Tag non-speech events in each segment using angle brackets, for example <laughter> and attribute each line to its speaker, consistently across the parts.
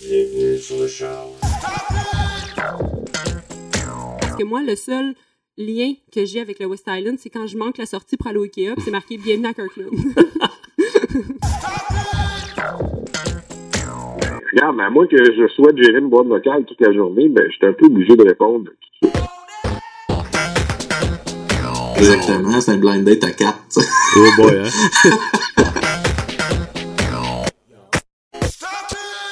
Speaker 1: Bienvenue sur le show.
Speaker 2: Parce que moi, le seul lien que j'ai avec le West Island, c'est quand je manque la sortie pour aller au Ikea, puis c'est marqué Bienvenue à Kirkland.
Speaker 3: Regarde, mais à moins que je souhaite gérer une boîte locale toute la journée, ben, je suis un peu obligé de répondre.
Speaker 4: Exactement, c'est un blind date à <laughs> 4.
Speaker 5: Oh boy, hein?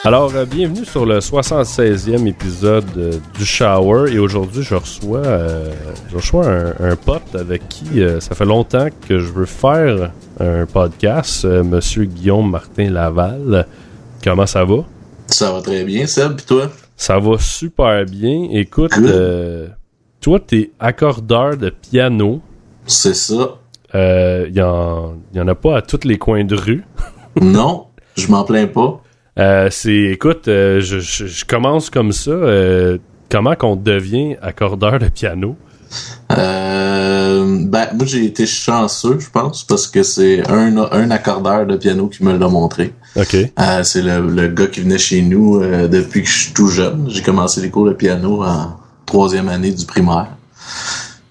Speaker 5: Alors, euh, bienvenue sur le 76e épisode euh, du Shower. Et aujourd'hui, je reçois, euh, je reçois un, un pote avec qui euh, ça fait longtemps que je veux faire un podcast, euh, Monsieur Guillaume Martin Laval. Comment ça va?
Speaker 4: Ça va très bien, Seb, pis toi?
Speaker 5: Ça va super bien. Écoute,
Speaker 4: Ah oui?
Speaker 5: euh, toi, t'es accordeur de piano.
Speaker 4: C'est ça.
Speaker 5: Euh, Il y, en, il y en a pas à tous les coins de rue.
Speaker 4: Non, je m'en plains pas.
Speaker 5: Euh, c'est, écoute, euh, je, je- je commence comme ça. euh, comment qu'on devient accordeur de piano?
Speaker 4: Euh, ben, moi, j'ai été chanceux, je pense, parce que c'est un, un accordeur de piano qui me l'a montré.
Speaker 5: Ok.
Speaker 4: Euh, c'est le, le gars qui venait chez nous euh, depuis que je suis tout jeune. J'ai commencé les cours de piano en troisième année du primaire.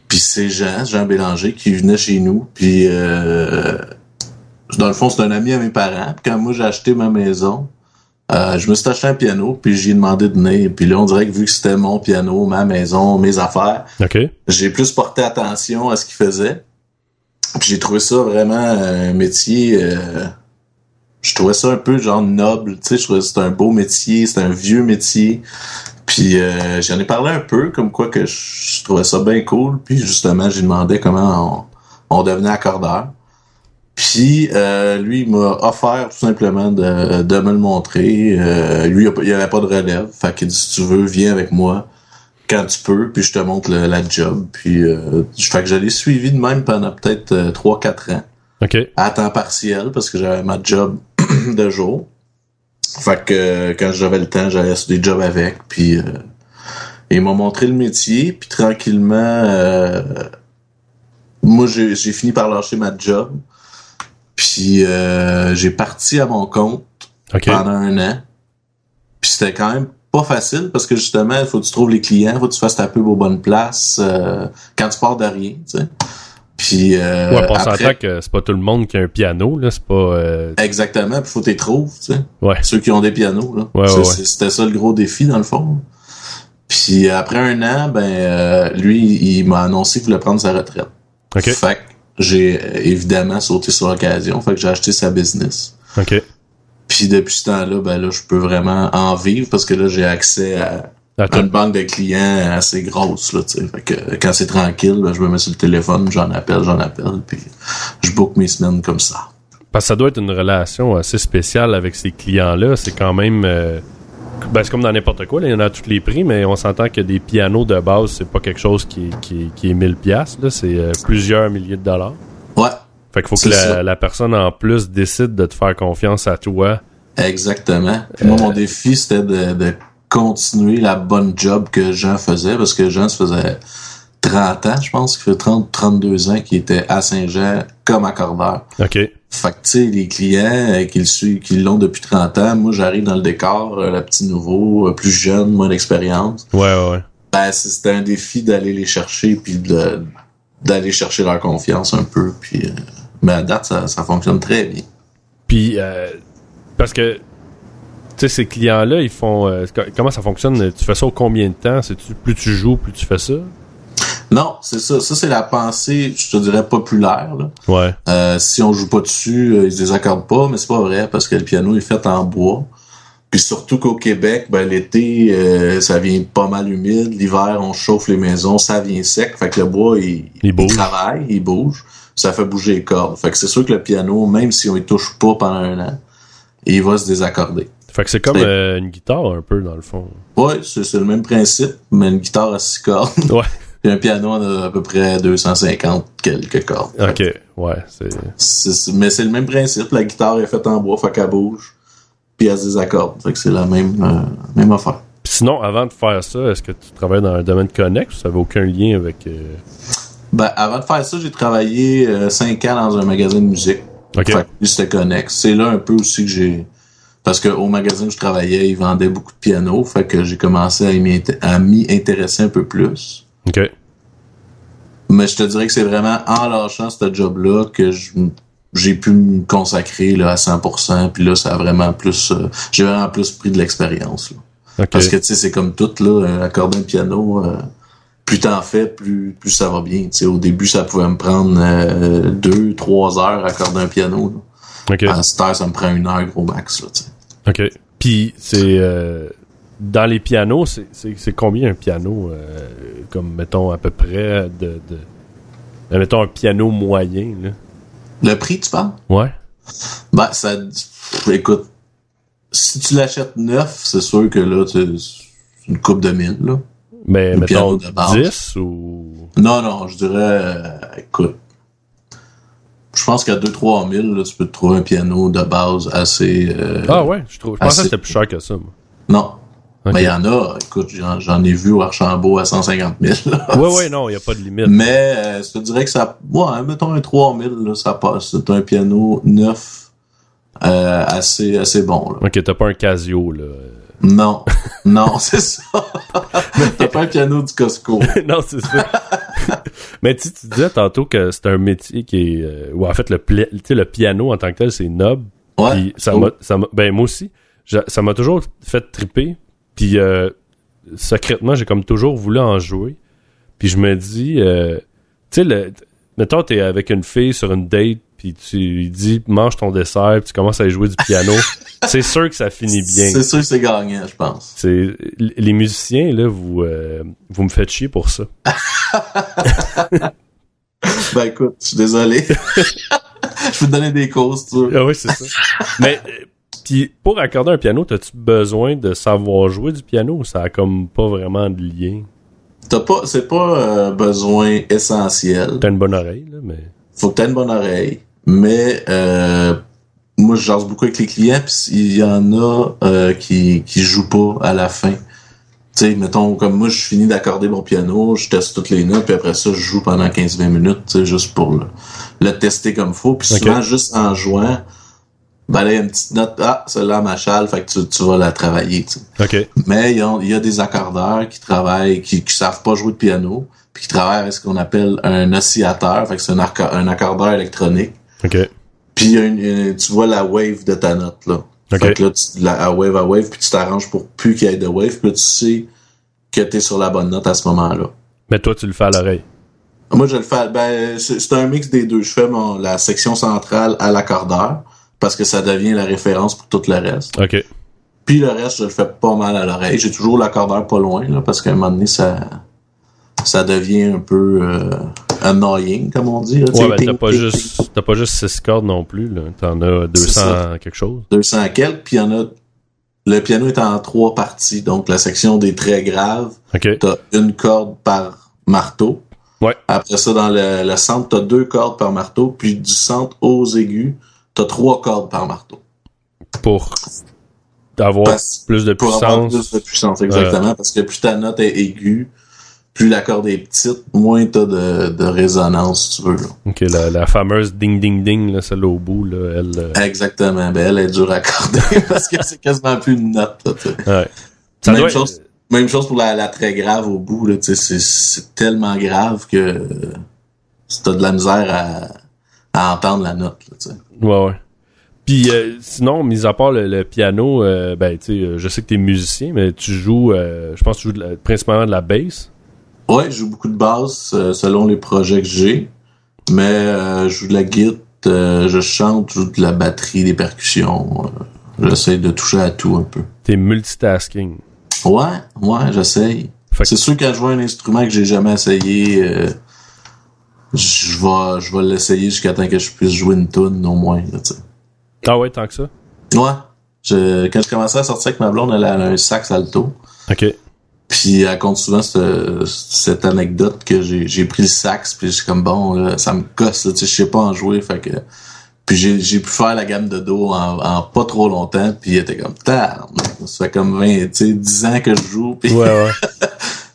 Speaker 4: Puis c'est Jean, Jean Bélanger, qui venait chez nous. Puis euh, dans le fond, c'est un ami à mes parents. Puis quand moi j'ai acheté ma maison, euh, je me suis acheté un piano, puis j'ai demandé de venir. Puis là, on dirait que vu que c'était mon piano, ma maison, mes affaires,
Speaker 5: Ok.
Speaker 4: j'ai plus porté attention à ce qu'il faisait. Puis j'ai trouvé ça vraiment un métier. euh, je trouvais ça un peu genre noble. Tu sais, je trouvais que c'était un beau métier, c'est un vieux métier. Puis euh, j'en ai parlé un peu, comme quoi que je trouvais ça bien cool. Puis justement, j'ai demandé comment on, on devenait accordeur. Puis euh, lui, il m'a offert tout simplement de, de me le montrer. Euh, lui, il a pas- il avait pas de relève. Fait qu'il dit, si tu veux, viens avec moi quand tu peux, puis je te montre le- la job. Puis, euh, je- fait que je l'ai suivi de même pendant peut-être 3-4 ans,
Speaker 5: Ok.
Speaker 4: à temps partiel, parce que j'avais ma job <clears throat> de jour. Fait que euh, quand j'avais le temps, j'allais sur des jobs avec. Puis, euh, il m'a montré le métier, puis tranquillement, euh, moi, j'ai j'ai fini par lâcher ma job. Puis, euh, j'ai parti à mon compte
Speaker 5: Ok.
Speaker 4: pendant un an. Puis c'était quand même pas facile parce que justement, il faut que tu trouves les clients, faut que tu fasses ta pub aux bonnes places euh, quand tu pars de rien, tu sais. Puis euh,
Speaker 5: ouais, on
Speaker 4: après-
Speaker 5: s'entend que c'est pas tout le monde qui a un piano, là. C'est pas. euh,
Speaker 4: exactement, puis faut que tu les trouves, tu sais.
Speaker 5: Ouais.
Speaker 4: Ceux qui ont des pianos, là.
Speaker 5: Ouais,
Speaker 4: C'est-
Speaker 5: ouais,
Speaker 4: c'est- C'était ça le gros défi dans le fond. Puis après un an, ben euh, lui, il m'a annoncé qu'il voulait prendre sa retraite.
Speaker 5: Ok.
Speaker 4: Fait que j'ai euh, évidemment sauté sur l'occasion, fait que j'ai acheté sa business.
Speaker 5: Ok.
Speaker 4: Puis depuis ce temps-là, ben là, je peux vraiment en vivre parce que là, j'ai accès à, à
Speaker 5: Attends.
Speaker 4: une banque de clients assez grosse, là, tu sais. Fait que quand c'est tranquille, ben, je me mets sur le téléphone, j'en appelle, j'en appelle, puis je book mes semaines comme ça.
Speaker 5: Parce que ça doit être une relation assez spéciale avec ces clients-là. C'est quand même. euh, ben, c'est comme dans n'importe quoi. là. Il y en a à tous les prix, mais on s'entend que des pianos de base, c'est pas quelque chose qui, est- qui, est- qui est 1000$. piastres, là. C'est euh, plusieurs milliers de dollars.
Speaker 4: Ouais,
Speaker 5: Fait qu'il faut que
Speaker 4: C'est
Speaker 5: la,
Speaker 4: ça.
Speaker 5: la personne en plus décide de te faire confiance à toi.
Speaker 4: exactement. Puis moi, mon défi, c'était de, de continuer la bonne job que Jean faisait parce que Jean se faisait 30 ans, je pense, qu'il fait 30, 32 ans qu'il était à Saint-Jean comme accordeur.
Speaker 5: OK.
Speaker 4: Fait que, tu sais, les clients euh, qui le suivent- qui l'ont depuis 30 ans, moi, j'arrive dans le décor, euh, le petit nouveau, euh, plus jeune, moins d'expérience.
Speaker 5: Ouais, ouais, ouais.
Speaker 4: Ben, c- c'était un défi d'aller les chercher, puis de- d'aller chercher leur confiance un peu. Puis, euh, mais à date, ça, ça fonctionne très bien.
Speaker 5: Puis, euh, parce que, tu sais, ces clients-là, ils font. euh, co- comment ça fonctionne Tu fais ça au combien de temps C'est-tu- Plus tu joues, plus tu fais ça
Speaker 4: Non, c'est ça. Ça, c'est la pensée, je te dirais, populaire. Là.
Speaker 5: Ouais.
Speaker 4: Euh, si on joue pas dessus, euh, ils se désaccordent pas, mais c'est pas vrai parce que le piano est fait en bois. Puis surtout qu'au Québec, ben, l'été, euh, ça vient pas mal humide. L'hiver, on chauffe les maisons, ça vient sec. Fait que le bois, il,
Speaker 5: Il bouge.
Speaker 4: travaille, il bouge. Ça fait bouger les cordes. Fait que c'est sûr que le piano, même si on y touche pas pendant un an, il va se désaccorder.
Speaker 5: Fait que c'est comme
Speaker 4: C'est-
Speaker 5: euh, une guitare, un peu, dans le fond.
Speaker 4: Ouais, c'est c'est le même principe, mais une guitare à 6 cordes. <laughs>
Speaker 5: Ouais.
Speaker 4: Puis un piano, on a à peu près 250 quelques cordes.
Speaker 5: <laughs> OK. Ouais. C'est...
Speaker 4: C'est- c'est- mais c'est le même principe. La guitare est faite en bois, fait qu'elle bouge, puis elle se désaccorde. Fait que c'est la même, euh, même affaire.
Speaker 5: Puis sinon, avant de faire ça, est-ce que tu travailles dans un domaine connexe ou ça n'avait aucun lien avec. euh,
Speaker 4: Ben, avant de faire ça, j'ai travaillé 5 ans dans un magasin de musique.
Speaker 5: OK.
Speaker 4: Fait que lui, c'était connexe. C'est là un peu aussi que j'ai Parce qu'au magasin où je travaillais, ils vendaient beaucoup de pianos, fait que j'ai commencé à m'y int- à m'y intéresser un peu plus.
Speaker 5: OK.
Speaker 4: Mais je te dirais que c'est vraiment en lâchant ce job-là que je- j'ai pu me consacrer là, à 100%. Puis là, ça a vraiment plus... euh, j'ai vraiment plus pris de l'expérience. là.
Speaker 5: OK.
Speaker 4: Parce que, tu sais, c'est comme tout, là, euh, accorder un piano... euh, plus t'en fais, plus, plus ça va bien. Tu sais, au début, ça pouvait me prendre euh, deux, trois heures à accorder un piano. là.
Speaker 5: OK.
Speaker 4: À cette heure, ça me prend une heure, gros max. Là, tu sais.
Speaker 5: OK. Puis, c'est. euh, dans les pianos, c'est- c'est c'est combien un piano, euh, comme, mettons, à peu près de. de- euh, mettons, un piano moyen, là.
Speaker 4: Le prix, tu parles?
Speaker 5: Ouais.
Speaker 4: Ben, ça. pff, écoute, si tu l'achètes neuf, c'est sûr que là, tu- c'est une coupe de mille, là.
Speaker 5: Mais,
Speaker 4: Le
Speaker 5: mettons,
Speaker 4: piano de base.
Speaker 5: 10 ou.
Speaker 4: Non, non, je dirais. euh, écoute. Je pense qu'à 2-3 000, là, tu peux te trouver un piano de base assez. euh,
Speaker 5: Ah ouais, je trouve. Je
Speaker 4: ah,
Speaker 5: pensais que
Speaker 4: c'est-
Speaker 5: c'était plus cher que ça, moi.
Speaker 4: Non.
Speaker 5: Ok.
Speaker 4: Mais il y en a, écoute, j'en j'en ai vu au Archambault à 150 000. là.
Speaker 5: Ouais, ouais, non, il n'y a pas de limite.
Speaker 4: Mais euh, je te dirais que ça. Ouais, mettons un 3000, là, ça passe. C'est un piano neuf, euh, assez, assez bon. Là.
Speaker 5: Ok, t'as pas un Casio, là. Euh,
Speaker 4: Non, non, c'est ça. T'as pas un piano du Costco.
Speaker 5: <laughs> non, c'est <laughs> ça. Mais tu, tu disais tantôt que c'est un métier qui est. euh, ou en fait, le, pla- tu sais, le piano en tant que tel, c'est noble.
Speaker 4: Ouais. Oh.
Speaker 5: Puis ça m'a- ça m'a- ben moi aussi, j'a- ça m'a toujours fait triper. Puis euh, secrètement, j'ai comme toujours voulu en jouer. Puis je me dis, euh, tu sais, le- mettons t'es avec une fille sur une date, puis tu lui dis mange ton dessert, puis tu commences à jouer du
Speaker 4: <laughs>
Speaker 5: piano. c'est sûr que ça finit bien.
Speaker 4: C'est sûr que c'est gagnant, je pense.
Speaker 5: C'est l- les musiciens là, vous euh, vous me faites chier pour ça.
Speaker 4: Ben écoute, je suis désolé.
Speaker 5: <laughs>
Speaker 4: je peux te donner des causes, tu veux.
Speaker 5: Ah oui, c'est ça. <laughs> Mais euh, puis pour accorder un piano, t'as-tu besoin de savoir jouer du piano ou ça a comme pas vraiment de lien?
Speaker 4: T'as pas, c'est pas euh, besoin essentiel.
Speaker 5: T'as une bonne oreille, là, mais.
Speaker 4: Faut que t'aies une bonne oreille. Mais euh, moi, je jase beaucoup avec les clients, puis il y en a euh, qui qui jouent pas à la fin. Tu sais, mettons, comme moi, je finis d'accorder mon piano, je teste toutes les notes, puis après ça, je joue pendant 15-20 minutes, tu sais, juste pour le, le tester comme faut. Puis
Speaker 5: Ok.
Speaker 4: souvent, juste en jouant, ben là, il y a une petite note, ah, celle-là, ma chale, fait que tu, tu vas la travailler, tu sais.
Speaker 5: OK.
Speaker 4: Mais ils ont- il y a des accordeurs qui travaillent, qui, qui savent pas jouer de piano, puis qui travaillent avec ce qu'on appelle un oscillateur, fait que c'est un, arco- un accordeur électronique.
Speaker 5: OK.
Speaker 4: Puis il y a une- une- tu vois la wave de ta note là.
Speaker 5: OK.
Speaker 4: Fait que là, tu, la, à wave à wave, puis tu t'arranges pour plus qu'il y ait de wave, puis là, tu sais que t'es sur la bonne note à ce moment-là.
Speaker 5: Mais toi, tu le fais à l'oreille.
Speaker 4: Moi, je le fais. Ben, c'est c'est un mix des deux. Je fais mon, la section centrale à l'accordeur parce que ça devient la référence pour tout le reste.
Speaker 5: OK.
Speaker 4: Puis le reste, je le fais pas mal à l'oreille. J'ai toujours l'accordeur pas loin, là, parce qu'à un moment donné, ça, ça devient un peu euh, annoying, comme on dit. là. Tu
Speaker 5: Ouais,
Speaker 4: sais,
Speaker 5: ben,
Speaker 4: ping,
Speaker 5: t'as pas
Speaker 4: ping,
Speaker 5: juste, t'as pas juste 6 cordes non plus, là. T'en as
Speaker 4: C'est
Speaker 5: 200 quelque chose.
Speaker 4: 200 quelques, puis il y en a... Le piano est en trois parties, donc la section des très graves,
Speaker 5: OK.
Speaker 4: t'as une corde par marteau.
Speaker 5: Ouais.
Speaker 4: Après ça, dans le, le centre, t'as deux cordes par marteau, puis du centre aux aigus, t'as trois cordes par marteau.
Speaker 5: Pour avoir
Speaker 4: Parce-
Speaker 5: plus de
Speaker 4: pour avoir
Speaker 5: puissance. Euh.
Speaker 4: plus de puissance, exactement, parce que plus ta note est aiguë, plus la corde est petite, moins t'as de, de résonance, si tu veux. là.
Speaker 5: OK, la, la fameuse ding ding ding, là, celle au bout, là, elle. euh,
Speaker 4: Exactement, ben elle est dure à accorder <laughs> parce que c'est quasiment plus une note. là, tu sais.
Speaker 5: ouais. Ça
Speaker 4: Même
Speaker 5: doit
Speaker 4: chose.
Speaker 5: être.
Speaker 4: Même chose pour la, la très grave au bout, là, tu sais, c'est, c'est tellement grave que euh, t'as de la misère à, à entendre la note. là, tu sais.
Speaker 5: Ouais, ouais. Puis euh, sinon, mis à part le, le piano, euh, ben, tu sais, euh, je sais que t'es musicien, mais tu joues, euh, je pense que tu joues de la- principalement de la bass.
Speaker 4: Ouais, je joue beaucoup de basse euh, selon les projets que j'ai. Mais euh, je joue de la guitare, euh, je chante, je joue de la batterie, des percussions. euh, j'essaie de toucher à tout un peu.
Speaker 5: T'es multitasking.
Speaker 4: Ouais, ouais, j'essaye.
Speaker 5: Fait que-
Speaker 4: C'est sûr qu'à jouer un instrument que j'ai jamais essayé, euh, je je vais je vais l'essayer jusqu'à temps que je puisse jouer une tune au moins. Là, tu sais.
Speaker 5: Ah ouais, tant que ça.
Speaker 4: ouais. Je, quand je commençais à sortir avec ma blonde, elle a un sax alto. <laughs>
Speaker 5: OK.
Speaker 4: Puis elle compte souvent ce- cette anecdote que j'ai j'ai pris le sax, puis je suis comme bon, là, ça me gosse, là, tu sais, je sais pas en jouer, fait que. Puis j'ai j'ai pu faire la gamme de do en, en pas trop longtemps, puis elle était comme tard. Ça fait comme 20, tu sais, 10 ans que je joue. Puis,
Speaker 5: Ouais, ouais.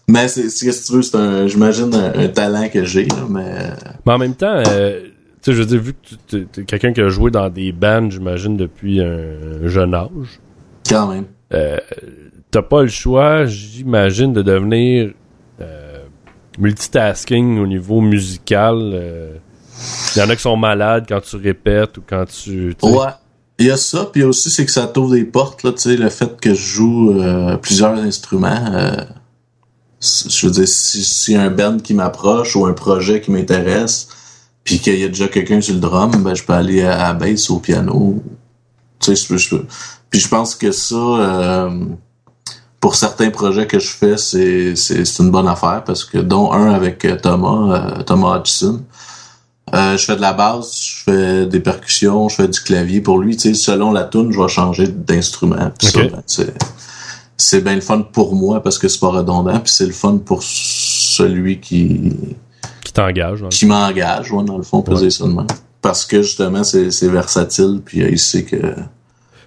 Speaker 4: Mais c'est c'est- qu'est-ce que tu veux, c'est un, j'imagine un, un talent que j'ai, là, mais
Speaker 5: Mais en même temps, euh, sais, je veux dire, vu que tu- tu t'es quelqu'un qui a joué dans des bands, j'imagine, depuis un jeune âge,
Speaker 4: Quand même.
Speaker 5: euh, t'as pas le choix, j'imagine, de devenir euh, multitasking au niveau musical. euh. Il y en a qui sont malades quand tu répètes ou quand tu. tu sais.
Speaker 4: Ouais. Il y a ça, puis aussi c'est que ça t'ouvre des portes, là, tu sais, le fait que je joue euh, plusieurs instruments. euh, c- je veux dire, si, si un band qui m'approche ou un projet qui m'intéresse, puis qu'il y a déjà quelqu'un sur le drum, ben je peux aller à, à la bass au piano. Tu sais, je peux- je peux- Puis je pense que ça, euh, pour certains projets que je fais, c'est c'est- c'est une bonne affaire parce que dont un avec euh, Thomas, euh, Thomas Hudson. Euh, je fais de la basse, je fais des percussions, je fais du clavier. Pour lui, tu sais, selon la tune, je vais changer d'instrument. Puis ça,
Speaker 5: Ok.
Speaker 4: ben, c'est- c'est bien le fun pour moi parce que c'est pas redondant, puis c'est le fun pour celui qui
Speaker 5: Qui hein. t'engage. dans le-
Speaker 4: qui m'engage, ouais, dans le fond, peser ça de même. Parce que justement, c'est c'est versatile, puis euh, il sait que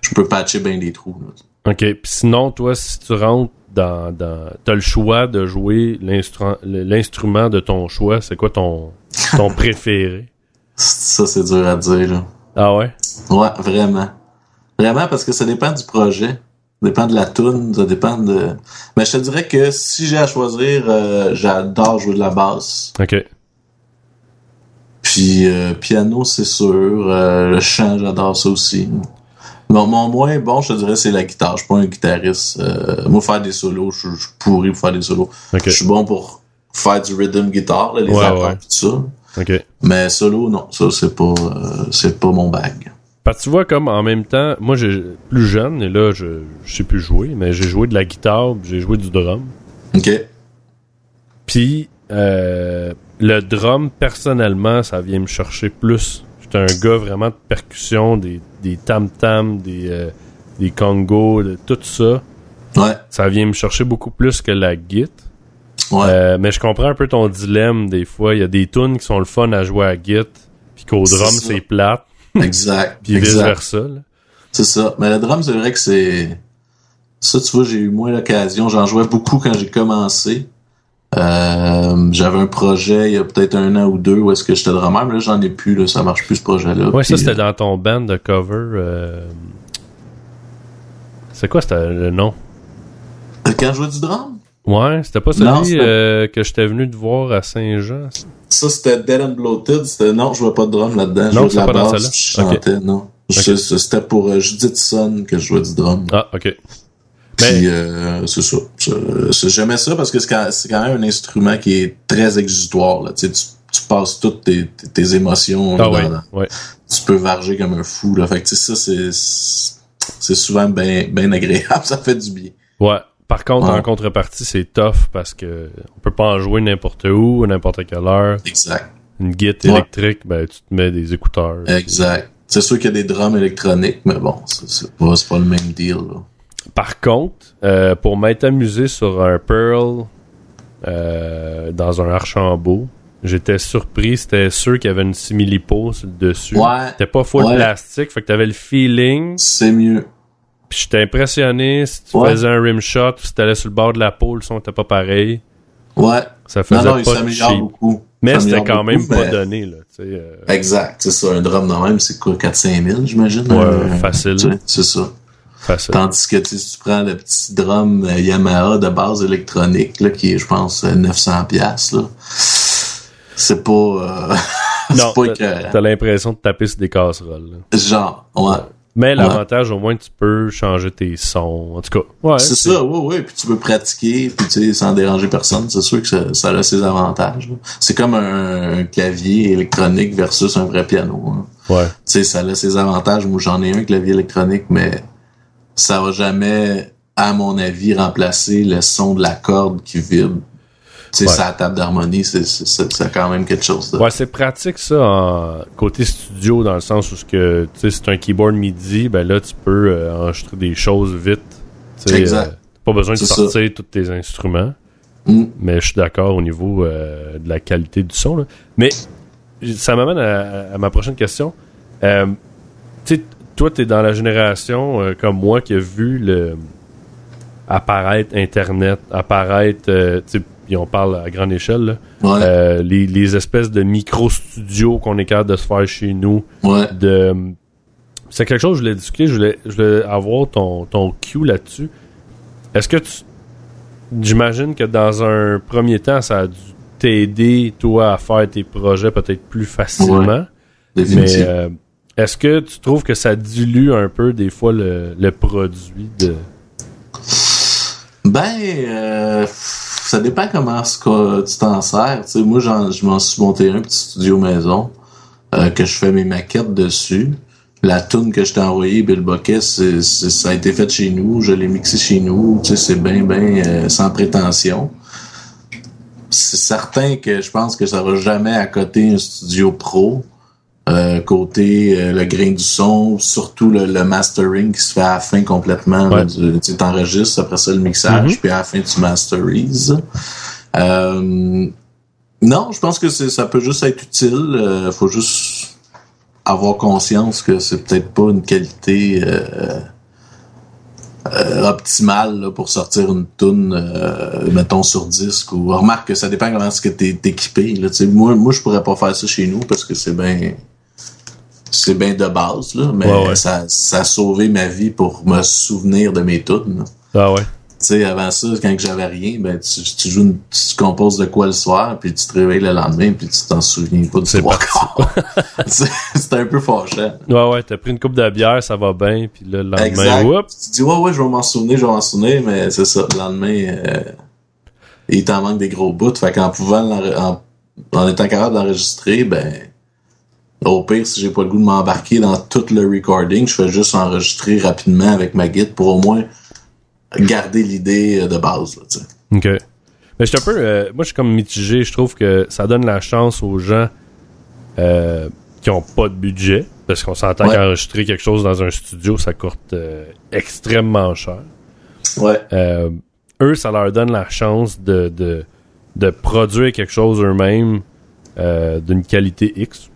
Speaker 4: je peux patcher bien des trous. là.
Speaker 5: Ok. Puis sinon, toi, si tu rentres dans. dans t'as le choix de jouer l'instru- l'instrument de ton choix. C'est quoi ton, ton préféré?
Speaker 4: Ça, c'est dur à dire. Là.
Speaker 5: Ah ouais?
Speaker 4: Ouais, vraiment. Vraiment, parce que ça dépend du projet. Ça dépend de la toune, ça dépend de... Mais je te dirais que si j'ai à choisir, euh, j'adore jouer de la basse.
Speaker 5: Ok.
Speaker 4: Puis euh, piano, c'est sûr. Euh, le chant, j'adore ça aussi. Mon, mon moins bon, je te dirais, c'est la guitare. Je suis pas un guitariste. Euh, moi, faire des solos, je je suis pourri pour faire des solos.
Speaker 5: Ok.
Speaker 4: Je suis bon pour faire du rhythm guitar, là, les
Speaker 5: Ouais,
Speaker 4: accords
Speaker 5: ouais.
Speaker 4: pis tout ça.
Speaker 5: Ok.
Speaker 4: Mais solo, non, ça c'est pas euh, c'est pas mon bag.
Speaker 5: Parce que tu vois, comme en même temps, moi, j'ai plus jeune, et là, je, je sais plus jouer, mais j'ai joué de la guitare, puis j'ai joué du drum.
Speaker 4: OK.
Speaker 5: Puis, euh, le drum, personnellement, ça vient me chercher plus. J'étais un gars vraiment de percussion, des, des tam-tams, des, euh, des congos, de tout ça.
Speaker 4: Ouais,
Speaker 5: Ça vient me chercher beaucoup plus que la guitare.
Speaker 4: ouais.
Speaker 5: Euh, mais je comprends un peu ton dilemme des fois. Il y a des tunes qui sont le fun à jouer à guitare, puis qu'au
Speaker 4: C'est
Speaker 5: drum,
Speaker 4: ça.
Speaker 5: c'est plate,
Speaker 4: exact.
Speaker 5: Euh, puis
Speaker 4: exact.
Speaker 5: vice-versa. là.
Speaker 4: C'est ça. Mais le drum, c'est vrai que c'est. Ça, tu vois, j'ai eu moins l'occasion. J'en jouais beaucoup quand j'ai commencé. Euh, J'avais un projet il y a peut-être un an ou deux où est-ce que j'étais drummer, mais là j'en ai plus, là, ça marche plus ce projet-là.
Speaker 5: Ouais, ça
Speaker 4: Puis, euh,
Speaker 5: c'était dans ton band de cover. euh, C'est quoi c'était le nom?
Speaker 4: euh, Quand je jouais du drum?
Speaker 5: Ouais, c'était pas
Speaker 4: Non,
Speaker 5: celui
Speaker 4: c'était-
Speaker 5: euh, que j'étais venu te voir à Saint-Jean. ça?
Speaker 4: Ça, c'était Dead and Bloated. C'était... Non, je jouais pas de drum là-dedans. Je
Speaker 5: Non,
Speaker 4: jouais de
Speaker 5: c'est
Speaker 4: la
Speaker 5: pas dans
Speaker 4: basse, puis je
Speaker 5: celle-là. Ok.
Speaker 4: chantais, non. Je-
Speaker 5: Ok.
Speaker 4: c'est- C'était pour euh, Judith Son que je jouais du drum.
Speaker 5: Ah, ben. ok.
Speaker 4: Puis, euh, c'est ça. Je- c'est- J'aimais ça parce que c'est quand, c'est quand même un instrument qui est très exigeant Là. Tu, sais, tu, tu passes toutes tes, tes- tes émotions.
Speaker 5: Ah
Speaker 4: dans-
Speaker 5: ouais,
Speaker 4: dans-
Speaker 5: ouais.
Speaker 4: tu peux varger comme un fou. Là. Fait que, tu sais, ça, c'est- c'est c'est souvent bien ben agréable. <laughs> Ça fait du bien.
Speaker 5: Ouais. Par contre,
Speaker 4: Ouais.
Speaker 5: en contrepartie, c'est tough parce que on peut pas en jouer n'importe où, à n'importe quelle heure.
Speaker 4: Exact.
Speaker 5: Une guitare
Speaker 4: Ouais.
Speaker 5: électrique, ben tu te mets des écouteurs.
Speaker 4: Exact. C'est sûr qu'il y a des drums électroniques, mais bon, c'est- c'est pas, c'est pas le même deal. là.
Speaker 5: Par contre, euh, pour m'être amusé sur un Pearl euh, dans un Archambault, j'étais surpris. C'était sûr qu'il y avait une similipo sur le dessus.
Speaker 4: Ouais.
Speaker 5: C'était pas full
Speaker 4: Ouais.
Speaker 5: plastique, fait que t'avais le feeling.
Speaker 4: C'est mieux.
Speaker 5: Puis j'étais impressionné si tu
Speaker 4: Ouais.
Speaker 5: faisais un rim shot, si t'allais sur le bord de la peau, le son était pas pareil.
Speaker 4: Ouais.
Speaker 5: Ça faisait
Speaker 4: Non, non, il
Speaker 5: pas de
Speaker 4: s'améliore
Speaker 5: cheap.
Speaker 4: beaucoup.
Speaker 5: Mais
Speaker 4: Ça
Speaker 5: c'était
Speaker 4: améliore
Speaker 5: quand même
Speaker 4: beaucoup,
Speaker 5: pas
Speaker 4: mais-
Speaker 5: donné, là. tu sais, euh,
Speaker 4: Exact. C'est ça, un drum de même, c'est quoi, 4-5 000, j'imagine?
Speaker 5: Ouais,
Speaker 4: Euh,
Speaker 5: facile.
Speaker 4: tu sais, C'est ça.
Speaker 5: facile.
Speaker 4: Tandis que tu sais, si tu prends le petit drum euh, Yamaha de base électronique, là, qui est, je pense, euh, 900 pièces là. C'est pas... euh, <laughs>
Speaker 5: Non,
Speaker 4: c'est pas
Speaker 5: t'as-
Speaker 4: écœurant.
Speaker 5: t'as l'impression de taper sur des casseroles. là.
Speaker 4: Genre, ouais.
Speaker 5: Mais l'avantage, au moins, tu peux changer tes sons. En tout cas, ouais.
Speaker 4: c'est ça, oui, oui. Puis tu peux pratiquer, puis tu sais, sans déranger personne. C'est sûr que ça, ça a ses avantages. là. C'est comme un, un clavier électronique versus un vrai piano. hein.
Speaker 5: Ouais.
Speaker 4: Tu sais, ça a ses avantages. Moi, j'en ai un clavier électronique, mais ça va jamais, à mon avis, remplacer le son de la corde qui vibre. Tu sais,
Speaker 5: Ouais.
Speaker 4: ça, la table d'harmonie, c'est, c'est, c'est, c'est quand même quelque chose de...
Speaker 5: Ouais, c'est pratique ça en côté studio dans le sens où ce que tu sais c'est un keyboard MIDI, ben là tu peux euh, enregistrer des choses vite. Tu sais,
Speaker 4: Exact.
Speaker 5: euh, pas besoin de
Speaker 4: C'est
Speaker 5: sortir tous tes instruments.
Speaker 4: Mm.
Speaker 5: Mais je suis d'accord au niveau euh, de la qualité du son. là. Mais ça m'amène à, à ma prochaine question. Euh, tu sais, toi, t'es dans la génération euh, comme moi qui a vu le apparaître Internet, apparaître euh, tu sais, puis on parle à grande échelle, là,
Speaker 4: Ouais,
Speaker 5: euh, les, les espèces de micro-studios qu'on est capable de se faire chez nous.
Speaker 4: ouais.
Speaker 5: De... C'est quelque chose que je voulais discuter, je voulais, je voulais avoir ton, ton cue là-dessus. Est-ce que tu. J'imagine que dans un premier temps, ça a dû t'aider, toi, à faire tes projets peut-être plus facilement. Mais
Speaker 4: Définitivement.
Speaker 5: euh, est-ce que tu trouves que ça dilue un peu des fois le, le produit de.
Speaker 4: Ben, euh, ça dépend comment ce que tu t'en sers. Tu sais, moi, j'en- je m'en suis monté un petit studio maison euh, que je fais mes maquettes dessus. La tune que je t'ai envoyée, Bill Boquet, c'est- c'est- ça a été fait chez nous. Je l'ai mixé chez nous. Tu sais, c'est bien, bien euh, sans prétention. C'est certain que je pense que ça va jamais à côté un studio pro. Euh, côté euh, le grain du son, surtout le, le mastering qui se fait à la fin complètement.
Speaker 5: Ouais.
Speaker 4: là, du- tu enregistres, après ça le mixage, puis à la fin tu masterises. Euh, non, je pense que c'est- ça peut juste être utile. Euh, faut juste avoir conscience que c'est peut-être pas une qualité euh, euh, optimale là, pour sortir une toune, euh, mettons, sur disque. Ou remarque que ça dépend comment est-ce que t'es t'es équipé. Là. Tu sais, Moi, moi, je pourrais pas faire ça chez nous parce que c'est bien. C'est bien de base, là, mais
Speaker 5: Ouais, ouais.
Speaker 4: Ça, ça a sauvé ma vie pour me souvenir de mes tounes. là.
Speaker 5: Ah ouais.
Speaker 4: Tu sais, avant ça, quand que j'avais rien, ben tu, tu joues, une- tu composes de quoi le soir, puis tu te réveilles le lendemain, puis tu t'en souviens pas du
Speaker 5: C'est
Speaker 4: soir.
Speaker 5: parti.
Speaker 4: <laughs> C'est un peu fâchant.
Speaker 5: Ouais, ouais, t'as pris une coupe de bière, ça va bien, puis là, le lendemain,
Speaker 4: Exact.
Speaker 5: whoop,
Speaker 4: Tu te dis ouais ouais, je vais m'en souvenir, je vais m'en souvenir, mais c'est ça. Le lendemain, euh, il t'en manque des gros bouts. Fait qu'en pouvant l'enre- en, en étant capable d'enregistrer, ben au pire, si j'ai pas le goût de m'embarquer dans tout le recording, je fais juste enregistrer rapidement avec ma guide pour au moins garder l'idée euh, de base. Là, tu sais.
Speaker 5: OK. Mais je suis un peu. euh, moi, je suis comme mitigé. Je trouve que ça donne la chance aux gens euh, qui ont pas de budget. Parce qu'on s'entend
Speaker 4: Ouais.
Speaker 5: qu'enregistrer quelque chose dans un studio, ça coûte euh, extrêmement cher.
Speaker 4: Ouais.
Speaker 5: Euh, eux, ça leur donne la chance de, de, de produire quelque chose eux-mêmes euh, d'une qualité X.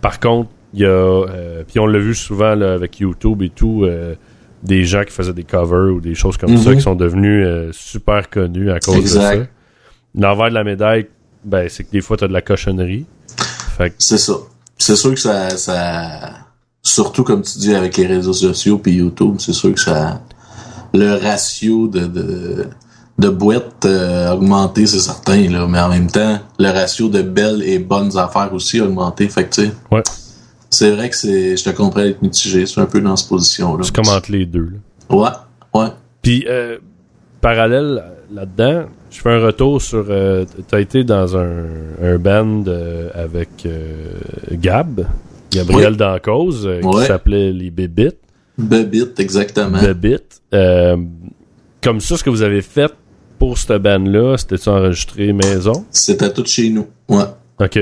Speaker 5: Par contre, il y a. euh, puis on l'a vu souvent là, avec YouTube et tout. euh, des gens qui faisaient des covers ou des choses comme ça
Speaker 4: Mhm.
Speaker 5: qui sont devenus euh, super connus à cause de ça.
Speaker 4: Exact.
Speaker 5: L'envers de la médaille, ben, c'est que des fois, t'as de la cochonnerie. Fait que,
Speaker 4: C'est ça. C'est sûr que ça, ça. Surtout comme tu dis avec les réseaux sociaux puis YouTube, c'est sûr que ça. Le ratio de, de, de boîtes euh, a augmenté, c'est certain, là. Mais en même temps, le ratio de belles et bonnes affaires aussi a augmenté. Fait que tu sais.
Speaker 5: Ouais.
Speaker 4: C'est vrai que c'est. Je te comprends être mitigé, c'est un peu dans cette position-là.
Speaker 5: tu commentes les deux. là.
Speaker 4: Ouais, ouais.
Speaker 5: Puis, euh, parallèle là-dedans, je fais un retour sur. euh, T'as été dans un, un band euh, avec euh, Gab, Gabriel Dancause, euh, qui
Speaker 4: Ouais.
Speaker 5: s'appelait Les Bébites.
Speaker 4: Bebit, exactement.
Speaker 5: Bébites. Euh, comme ça, ce que vous avez fait pour cette band-là, c'était enregistré maison.
Speaker 4: C'était tout chez nous. Ouais.
Speaker 5: Ok.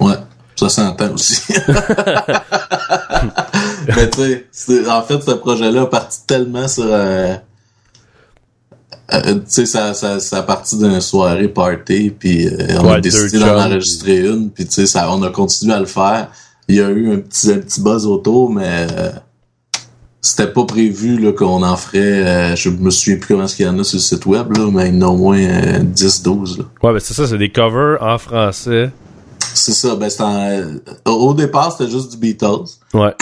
Speaker 4: Ouais, ça s'entend
Speaker 5: <laughs>
Speaker 4: aussi. Mais tu sais, c'est- en fait, ce projet-là a parti tellement sur un. euh, tu sais, ça, ça, ça a parti d'une soirée party, puis euh, on
Speaker 5: Ouais,
Speaker 4: a décidé
Speaker 5: deux
Speaker 4: d'en
Speaker 5: chums,
Speaker 4: enregistrer une, puis tu sais, ça- on a continué à le faire. Il y a eu un petit, un petit buzz autour, mais euh, c'était pas prévu là, qu'on en ferait. euh, je me souviens plus comment est-ce qu'il y en a sur le site web, là, mais il y en a au moins euh, 10-12. là.
Speaker 5: Ouais, ben c'est ça, c'est des covers en français.
Speaker 4: C'est ça, ben c'est en- au départ, c'était juste du Beatles.
Speaker 5: Ouais.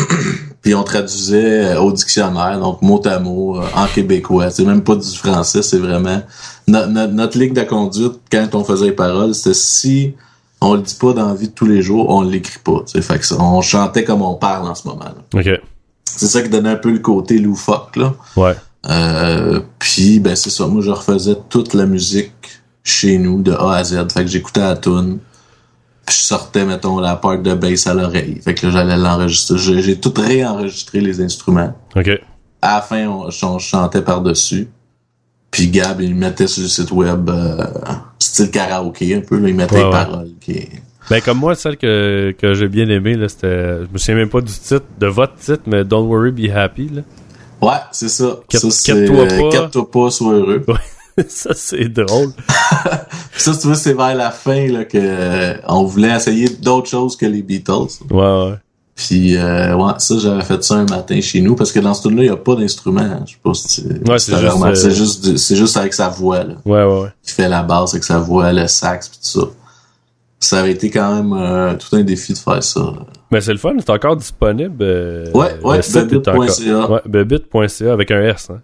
Speaker 4: Puis on traduisait euh, au dictionnaire, donc mot à mot, euh, en québécois. C'est même pas du français, c'est vraiment... no- no- notre ligne de conduite, quand on faisait les paroles, c'était si on le dit pas dans la vie de tous les jours, on l'écrit pas. tu sais. Fait que ça, on chantait comme on parle en ce moment. là.
Speaker 5: Ok.
Speaker 4: C'est ça qui donnait un peu le côté loufoque. Là.
Speaker 5: Ouais.
Speaker 4: Euh, puis, ben c'est ça, moi je refaisais toute la musique chez nous, de A à Z. Fait que j'écoutais la tune puis je sortais, mettons, la part de bass à l'oreille. Fait que là, j'allais l'enregistrer. J'ai j'ai tout réenregistré les instruments.
Speaker 5: Ok.
Speaker 4: À la fin, on, on chantait par-dessus. Puis Gab, il mettait sur le site web euh, style karaoké un peu. là. il mettait
Speaker 5: Ouais,
Speaker 4: les
Speaker 5: ouais.
Speaker 4: paroles. qui-
Speaker 5: Ben comme moi, celle que, que j'ai bien aimée, là, c'était. Je me souviens même pas du titre, de votre titre, mais Don't Worry Be Happy, là.
Speaker 4: Ouais, c'est ça.
Speaker 5: Quête-
Speaker 4: ça c'est,
Speaker 5: quête-toi
Speaker 4: euh,
Speaker 5: pas.
Speaker 4: Quête-toi pas, sois heureux.
Speaker 5: <laughs> ça, c'est drôle.
Speaker 4: Puis ça, si tu veux, c'est vers la fin là, que euh, on voulait essayer d'autres choses que les Beatles.
Speaker 5: Ouais, ouais.
Speaker 4: Puis, euh, ouais, ça, j'avais fait ça un matin chez nous, parce que dans ce tune-là, il n'y a pas d'instrument. hein. Je sais pas si tu-
Speaker 5: Ouais,
Speaker 4: si
Speaker 5: c'est
Speaker 4: t'avais
Speaker 5: juste,
Speaker 4: remarqué.
Speaker 5: euh,
Speaker 4: C'est juste, du- c'est juste avec sa voix, là.
Speaker 5: Ouais, ouais, ouais.
Speaker 4: qui fait la basse avec sa voix, le sax, puis tout ça. Ça avait été quand même euh, tout un défi de faire ça.
Speaker 5: Mais c'est le fun, c'est encore disponible. euh,
Speaker 4: Ouais,
Speaker 5: le
Speaker 4: ouais,
Speaker 5: site est encore-
Speaker 4: bebit.ca.
Speaker 5: Ouais, bebit.ca avec un S. Hein.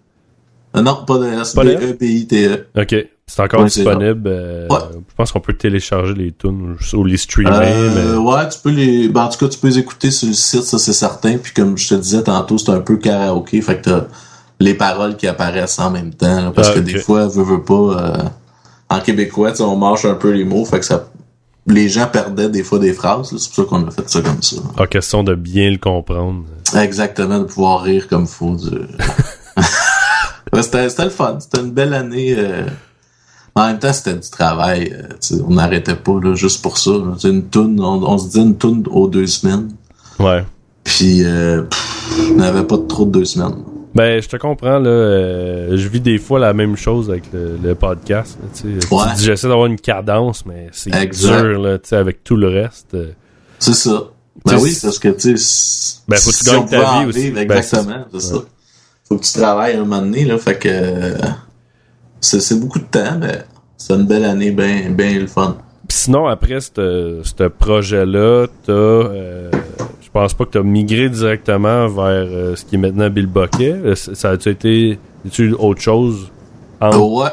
Speaker 4: Euh, non, pas de S,
Speaker 5: Pas de
Speaker 4: B E P I T E.
Speaker 5: Ok, c'est encore
Speaker 4: Ouais, c'est
Speaker 5: disponible. euh,
Speaker 4: Ouais.
Speaker 5: Je pense qu'on peut télécharger les tunes ou- ou les streamer.
Speaker 4: Euh,
Speaker 5: mais...
Speaker 4: Ouais, tu peux les. ben, en tout cas, tu peux les écouter sur le site, ça c'est certain. Puis comme je te disais tantôt, c'est un peu karaoké, fait que t'as les paroles qui apparaissent en même temps. là, parce
Speaker 5: Ah,
Speaker 4: que
Speaker 5: ok.
Speaker 4: des fois, veux, veux pas. euh, en québécois, tu sais, on marche un peu les mots, fait que ça. Les gens perdaient des fois des phrases, là, c'est pour ça qu'on a fait ça comme ça.
Speaker 5: En question de bien le comprendre.
Speaker 4: Exactement, de pouvoir rire comme
Speaker 5: <laughs>
Speaker 4: faut. du- Ouais, c'était, c'était le fun. C'était une belle année. euh, En même temps, c'était du travail. euh, tu sais, On n'arrêtait pas là, juste pour ça. là. Tu sais, Une toune, on, on se disait une toune aux deux semaines.
Speaker 5: Ouais.
Speaker 4: Puis, euh, pff, on n'avait pas trop de deux semaines.
Speaker 5: Ben, je te comprends, là. euh, je vis des fois la même chose avec le, le podcast. là, tu sais.
Speaker 4: Ouais.
Speaker 5: Tu- J'essaie d'avoir une cadence, mais c'est
Speaker 4: Exact.
Speaker 5: dur, là, tu sais, avec tout le reste. euh.
Speaker 4: C'est ça. Ben
Speaker 5: Tu-
Speaker 4: oui, parce que tu sais.
Speaker 5: Ben, faut que tu
Speaker 4: si on
Speaker 5: gagnes ta
Speaker 4: pouvait en
Speaker 5: vie aussi.
Speaker 4: vivre,
Speaker 5: Ben,
Speaker 4: Exactement, c'est ça. Faut que tu travailles un moment donné, là. Fait que. euh, C'est, c'est beaucoup de temps, mais c'est une belle année, bien ben le fun.
Speaker 5: Pis sinon, après ce ce projet-là, t'as. euh, je pense pas que t'as migré directement vers euh, ce qui est maintenant Bill Bucket. Euh, c- Ça a-tu été. tu autre chose? Ah, en-
Speaker 4: Ouais.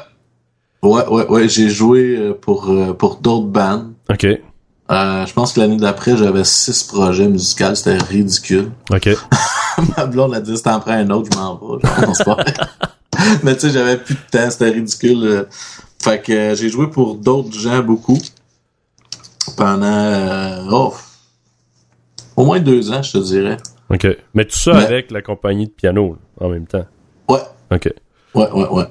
Speaker 4: Ouais, ouais, ouais. J'ai joué euh, pour, euh, pour d'autres bandes.
Speaker 5: Ok.
Speaker 4: Euh, je pense que l'année d'après, j'avais six projets musicaux. C'était ridicule. <laughs>
Speaker 5: Ok.
Speaker 4: Ma blonde a dit, si t'en prends un autre, je m'en vais. Genre, on se barre. <laughs> Mais tu sais, j'avais plus de temps. C'était ridicule. euh. Fait que euh, j'ai joué pour d'autres gens beaucoup. Pendant, euh, oh, au moins deux ans, je te dirais.
Speaker 5: Ok. Mais tout ça
Speaker 4: Mais-
Speaker 5: avec la compagnie de piano là, en même temps.
Speaker 4: Ouais,
Speaker 5: Ok.
Speaker 4: ouais, ouais, ouais.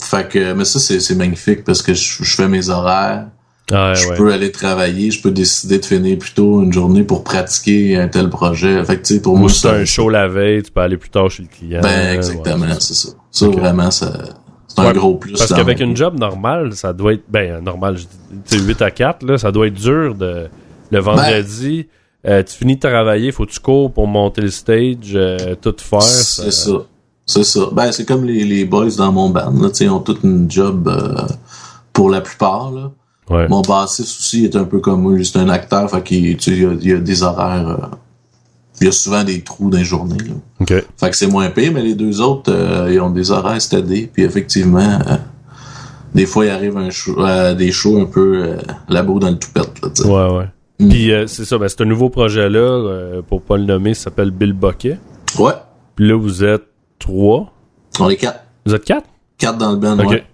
Speaker 4: Fait que, mais ça, c'est c'est magnifique parce que je je fais mes horaires.
Speaker 5: Ah
Speaker 4: je
Speaker 5: ouais.
Speaker 4: peux aller travailler, je peux décider de finir plus tôt une journée pour pratiquer un tel projet. Fait que, tu sais, pour
Speaker 5: Ou
Speaker 4: moi,
Speaker 5: si
Speaker 4: ça-
Speaker 5: t'as un show la veille, tu peux aller plus tard chez le client.
Speaker 4: Ben,
Speaker 5: Ouais,
Speaker 4: exactement,
Speaker 5: ouais.
Speaker 4: c'est ça. Ça,
Speaker 5: Ok.
Speaker 4: vraiment, ça, c'est un
Speaker 5: Ouais,
Speaker 4: gros plus.
Speaker 5: Parce
Speaker 4: dans
Speaker 5: qu'avec
Speaker 4: mon-
Speaker 5: une job normale, ça doit être. Ben, normal, je dis- tu sais, 8 à 4, là, ça doit être dur de.
Speaker 4: Ben,
Speaker 5: Le vendredi, euh, tu finis de travailler, faut que tu cours pour monter le stage, euh, tout faire. ça-
Speaker 4: C'est ça. C'est ça. Ben, c'est comme les, les boys dans mon band, là, tu sais, ils ont toute une job euh, pour la plupart, là.
Speaker 5: Ouais.
Speaker 4: Mon bassiste aussi est un peu comme moi, juste un acteur, fait qu'il, tu sais, il y a- il y, a des horaires, euh, il y a souvent des trous dans les journées, là.
Speaker 5: Ok.
Speaker 4: Fait que c'est moins pire, mais les deux autres, euh, ils ont des horaires stédés. Puis effectivement, euh, des fois, il arrive un show- euh, des shows un peu euh, labo dans le toupette. Là, tu sais.
Speaker 5: Ouais, ouais.
Speaker 4: Mm.
Speaker 5: Puis euh, c'est ça, ben, c'est un nouveau projet-là, euh, pour pas le nommer, ça s'appelle Bill Bucket.
Speaker 4: ouais,
Speaker 5: Puis là, vous êtes trois.
Speaker 4: on est quatre.
Speaker 5: Vous êtes quatre?
Speaker 4: Quatre dans le band,
Speaker 5: Ok.
Speaker 4: ouais.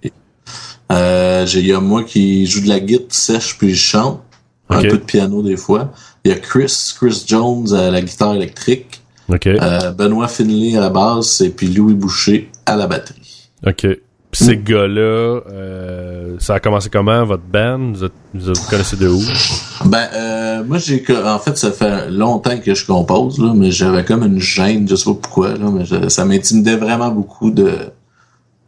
Speaker 4: Euh, j'ai- Il y a moi qui joue de la guitare sèche puis je chante.
Speaker 5: Ok.
Speaker 4: Un peu de piano des fois. Il y a Chris, Chris Jones à la guitare électrique.
Speaker 5: Ok.
Speaker 4: Euh, Benoît Finley à la basse et puis Louis Boucher à la batterie.
Speaker 5: OK. Puis
Speaker 4: Mm.
Speaker 5: ces gars-là, euh, ça a commencé comment, votre band? Vous, êtes- vous vous connaissez de où?
Speaker 4: Ben, euh, moi, j'ai que- en fait, ça fait longtemps que je compose, là, mais j'avais comme une gêne, je sais pas pourquoi, là, mais je- ça m'intimidait vraiment beaucoup de,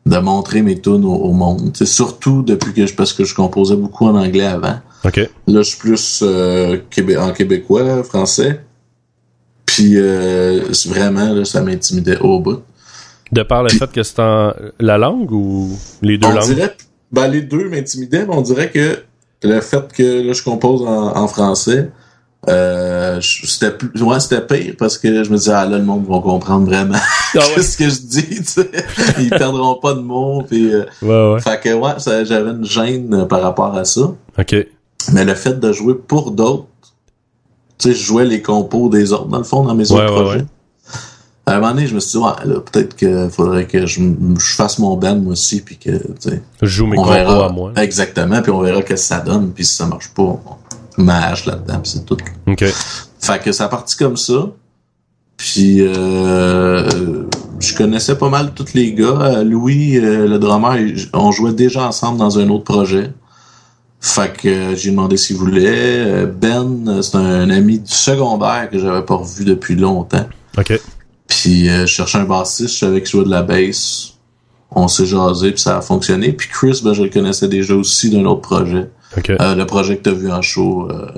Speaker 4: de montrer mes tunes au, au monde. Tu sais, surtout depuis que je, parce que je composais beaucoup en anglais avant.
Speaker 5: OK.
Speaker 4: Là, je suis plus euh, Québé- en québécois, français. Puis, euh, c'est vraiment, là, ça m'intimidait au bout.
Speaker 5: De par le fait que c'est en la langue ou les deux
Speaker 4: on
Speaker 5: langues?
Speaker 4: dirait, ben, les deux m'intimidaient, mais on dirait que le fait que là, je compose en, en français, euh, je- c'était plus, ouais, c'était pire parce que je me disais, ah là, le monde va comprendre vraiment <laughs>
Speaker 5: Ah
Speaker 4: ce que je dis, tu sais. Ils perdront pas de mots, puis, euh,
Speaker 5: ouais. ouais, ouais.
Speaker 4: fait que, ouais, ça- j'avais une gêne euh, par rapport à ça.
Speaker 5: OK.
Speaker 4: Mais le fait de jouer pour d'autres, tu sais, je jouais les compos des autres, dans le fond, dans mes
Speaker 5: Ouais,
Speaker 4: autres
Speaker 5: ouais,
Speaker 4: projets.
Speaker 5: ouais.
Speaker 4: À un moment donné, je me suis dit, ouais, là, peut-être qu'il faudrait que je, m- je fasse mon band, moi aussi, puis que, tu sais,
Speaker 5: Je joue mes
Speaker 4: on
Speaker 5: compos
Speaker 4: verra.
Speaker 5: à moi.
Speaker 4: Exactement, puis on verra qu'est-ce que ça donne, puis si ça marche pas, on mâche là-dedans, puis c'est tout.
Speaker 5: OK.
Speaker 4: Fait que ça a parti comme ça. Puis euh, je connaissais pas mal tous les gars. Euh, Louis, euh, le drummer, il- on jouait déjà ensemble dans un autre projet. Fait que euh, j'ai demandé s'il voulait. Euh, Ben, euh, c'est un ami du secondaire que j'avais pas revu depuis longtemps.
Speaker 5: OK.
Speaker 4: Puis euh, je cherchais un bassiste, je savais que je jouais de la bass. On s'est jasé, puis ça a fonctionné. Puis Chris, ben, je le connaissais déjà aussi d'un autre projet.
Speaker 5: OK.
Speaker 4: Euh, le projet que tu as vu en show, euh,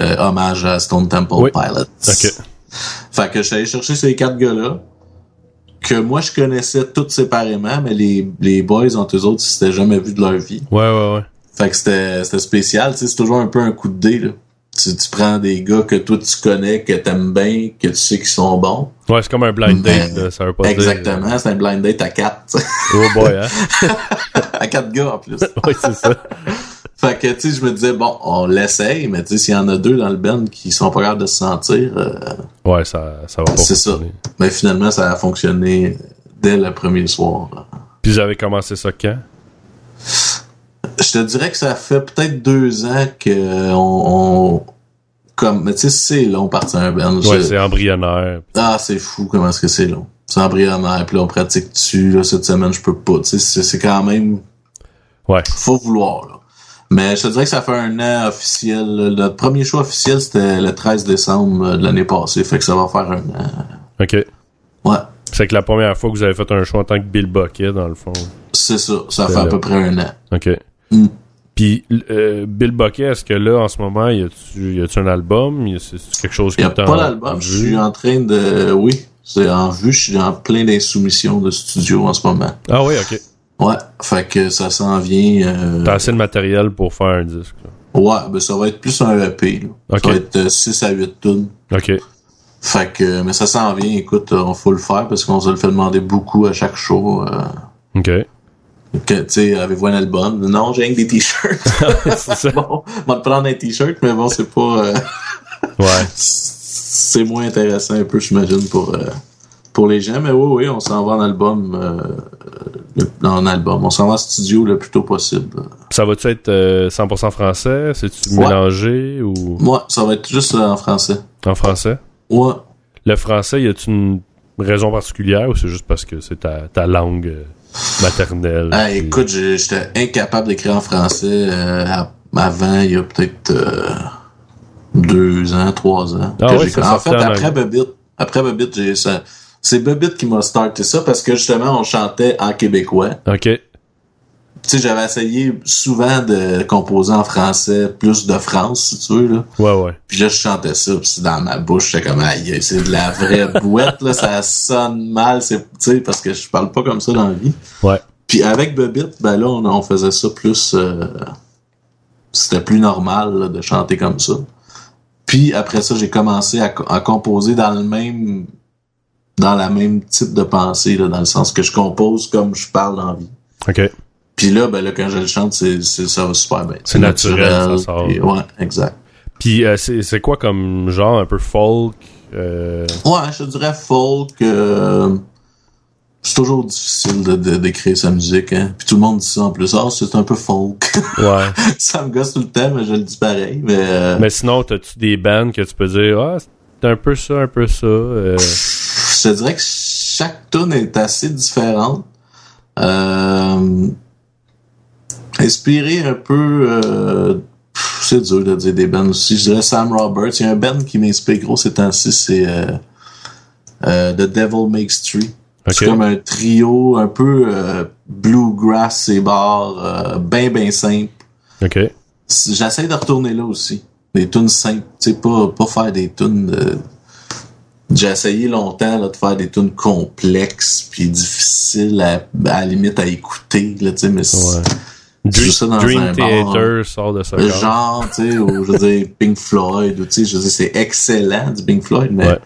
Speaker 4: euh, hommage à Stone Temple
Speaker 5: Oui.
Speaker 4: Pilots.
Speaker 5: Ok.
Speaker 4: Fait que je suis allé chercher ces quatre gars-là, que moi je connaissais tous séparément, mais les, les boys entre eux autres, ils s'étaient jamais vus de leur vie.
Speaker 5: Ouais, ouais, ouais.
Speaker 4: Fait que c'était c'était spécial, tu sais, c'est toujours un peu un coup de dé, là. Tu, tu prends des gars que toi tu connais, que t'aimes bien, que tu sais qu'ils sont bons.
Speaker 5: Ouais, c'est comme un blind date,
Speaker 4: Ben,
Speaker 5: là, ça veut pas dire. euh,
Speaker 4: Exactement, c'est un blind date à quatre. <laughs>
Speaker 5: Oh boy, hein?
Speaker 4: à quatre gars
Speaker 5: <laughs>
Speaker 4: en plus.
Speaker 5: ouais, c'est ça.
Speaker 4: Fait que, tu sais, je me disais, bon, on l'essaye, mais tu sais, s'il y en a deux dans le band qui sont pas capables de se sentir, euh,
Speaker 5: Ouais, ça, ça va pas.
Speaker 4: c'est ça.
Speaker 5: fonctionner.
Speaker 4: Mais finalement, ça a fonctionné dès le premier soir.
Speaker 5: Puis j'avais commencé ça quand?
Speaker 4: Je te dirais que ça fait peut-être deux ans que on, on- comme, mais tu sais, c'est long partir un band.
Speaker 5: Ouais,
Speaker 4: Je-
Speaker 5: c'est embryonnaire.
Speaker 4: ah, c'est fou comment est-ce que c'est long. C'est embryonnaire, puis là, on pratique dessus, là, cette semaine, je peux pas. Tu sais, c'est- c'est quand même
Speaker 5: Ouais.
Speaker 4: faut vouloir. Là. Mais je te dirais que ça fait un an officiel. là. Le premier show officiel, c'était le 13 décembre euh, de l'année passée. Fait que ça va faire un an.
Speaker 5: Ok.
Speaker 4: Ouais,
Speaker 5: C'est que la première fois que vous avez fait un show en tant que Bill Bucket, dans le fond.
Speaker 4: c'est ça. Ça
Speaker 5: C'est
Speaker 4: fait à
Speaker 5: là.
Speaker 4: peu près un an.
Speaker 5: OK.
Speaker 4: Mm.
Speaker 5: Puis euh, Bill Bucket, est-ce que là, en ce moment, y a-tu y a-tu un album? Y a- C'est quelque chose
Speaker 4: Il
Speaker 5: que
Speaker 4: n'y a
Speaker 5: t'as
Speaker 4: pas d'album.
Speaker 5: entendu?
Speaker 4: Je suis en train de... Oui, c'est en vue. Je suis en plein d'insoumissions de studio en ce moment.
Speaker 5: Ah oui, OK.
Speaker 4: Ouais, fait que ça s'en vient... euh,
Speaker 5: T'as assez de matériel pour faire un disque. là.
Speaker 4: Ouais, ben ça va être plus un EP. là.
Speaker 5: Ok.
Speaker 4: Ça va être 6 à 8 tonnes.
Speaker 5: OK.
Speaker 4: Fait que... Mais ça s'en vient. Écoute, euh, on faut le faire parce qu'on se le fait demander beaucoup à chaque show. euh, <laughs>
Speaker 5: OK.
Speaker 4: que tu sais, avez-vous un album? Non, j'ai rien que des t-shirts. <laughs>
Speaker 5: c'est ça.
Speaker 4: bon, on va te prendre un t-shirt, mais bon, c'est pas. euh, <laughs>
Speaker 5: Ouais.
Speaker 4: c'est moins intéressant un peu, j'imagine, pour, euh, pour les gens. Mais oui, oui, on s'en va en album. euh, le- en album. On s'en va en studio le plus tôt possible.
Speaker 5: Ça va-tu être euh, 100% français? C'est-tu
Speaker 4: Ouais.
Speaker 5: mélangé ou
Speaker 4: Moi, ça va être juste euh, en français.
Speaker 5: en français?
Speaker 4: Ouais.
Speaker 5: Le français, y a-tu une raison particulière ou c'est juste parce que c'est ta, ta langue euh, maternelle?
Speaker 4: Ah,
Speaker 5: puis-
Speaker 4: écoute, j'ai- j'étais incapable d'écrire en français euh, à- avant, il y a peut-être euh, deux ans, trois ans.
Speaker 5: Ah
Speaker 4: que
Speaker 5: ouais,
Speaker 4: j'ai-
Speaker 5: ça
Speaker 4: en
Speaker 5: sortait
Speaker 4: fait,
Speaker 5: en
Speaker 4: après
Speaker 5: anglais.
Speaker 4: Bobit, après Bobit, j'ai ça. C'est Bobit qui m'a starté ça parce que justement, on chantait en québécois.
Speaker 5: OK.
Speaker 4: Tu sais, j'avais essayé souvent de composer en français, plus de France, si tu veux, là.
Speaker 5: Ouais, ouais.
Speaker 4: Puis là, je chantais ça, puis c'est dans ma bouche, j'étais comme, aïe, aïe, c'est de
Speaker 5: <laughs>
Speaker 4: la vraie boîte, là, ça sonne mal, c'est, tu sais, parce que je parle pas comme ça dans la vie.
Speaker 5: Ouais.
Speaker 4: Puis avec Bobit, ben là, on, on faisait ça plus. euh, C'était plus normal là, de chanter comme ça. Puis après ça, j'ai commencé à, co- à composer dans le même. dans la même type de pensée, là, dans le sens que je compose comme je parle dans la vie.
Speaker 5: OK.
Speaker 4: Puis là, ben là, quand je le chante, c'est, c'est- ça va super bien.
Speaker 5: C'est naturel, ça sort.
Speaker 4: puis- ouais, exact.
Speaker 5: Puis euh, c'est c'est quoi comme genre un peu folk? euh,
Speaker 4: Ouais, je te dirais folk. euh, c'est toujours difficile de, de- d'écrire sa musique, hein. Puis tout le monde dit ça en plus. Ah, c'est un peu folk. <laughs>
Speaker 5: Ouais.
Speaker 4: ça me gosse tout le temps, mais je le dis pareil. Mais, euh,
Speaker 5: Mais sinon, t'as-tu des bands que tu peux dire Ah, c'est un peu ça, un peu ça euh,
Speaker 4: je te dirais que chaque tune est assez différente. Euh, inspiré un peu. euh, pff, c'est dur de dire des bands aussi. Je dirais Sam Roberts. Il y a un band qui m'inspire gros ces temps-ci, c'est euh, euh, The Devil Makes Tree. C'est
Speaker 5: Ok.
Speaker 4: comme un trio un peu euh, bluegrass et bar, euh, ben ben simple.
Speaker 5: Ok.
Speaker 4: J'essaie de retourner là aussi. Des tunes simples. Tu sais, pas, pas faire des tunes de... J'ai essayé longtemps là, de faire des tunes complexes puis difficiles à, à la limite à écouter. Là, tu sais, mais c'est-
Speaker 5: Ouais.
Speaker 4: Tu
Speaker 5: Dream,
Speaker 4: joues ça dans
Speaker 5: Dream
Speaker 4: un bar, hein.
Speaker 5: Theater sort de ça.
Speaker 4: le genre, tu sais, ou je veux dire Pink Floyd, ou tu sais, je veux dire, c'est excellent du Pink Floyd, mais
Speaker 5: Ouais.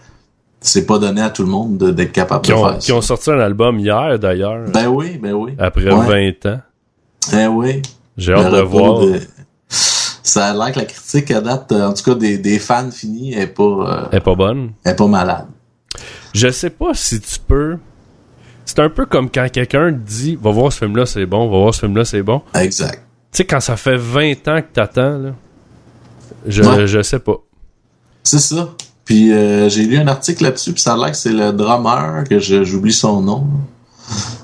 Speaker 4: c'est pas donné à tout le monde de- d'être capable
Speaker 5: Qui
Speaker 4: de
Speaker 5: ont,
Speaker 4: faire
Speaker 5: qui
Speaker 4: ça.
Speaker 5: ont sorti un album hier d'ailleurs,
Speaker 4: Ben oui, ben oui.
Speaker 5: après
Speaker 4: Ouais.
Speaker 5: 20 ans.
Speaker 4: Ben oui.
Speaker 5: J'ai hâte de
Speaker 4: Le retour
Speaker 5: voir.
Speaker 4: de- Ça a l'air que la critique à date, euh, en tout cas des, des fans finis, est pas, euh,
Speaker 5: Elle est pas bonne.
Speaker 4: est pas malade.
Speaker 5: Je sais pas si tu peux. C'est un peu comme quand quelqu'un dit Va voir ce film-là, c'est bon, va voir ce film-là, c'est bon.
Speaker 4: Exact.
Speaker 5: Tu sais, quand ça fait 20 ans que t'attends, là. Je,
Speaker 4: Ouais.
Speaker 5: je sais pas.
Speaker 4: C'est ça. Puis euh, j'ai lu un article là-dessus, puis ça a l'air que c'est le drummer, que je- j'oublie son nom.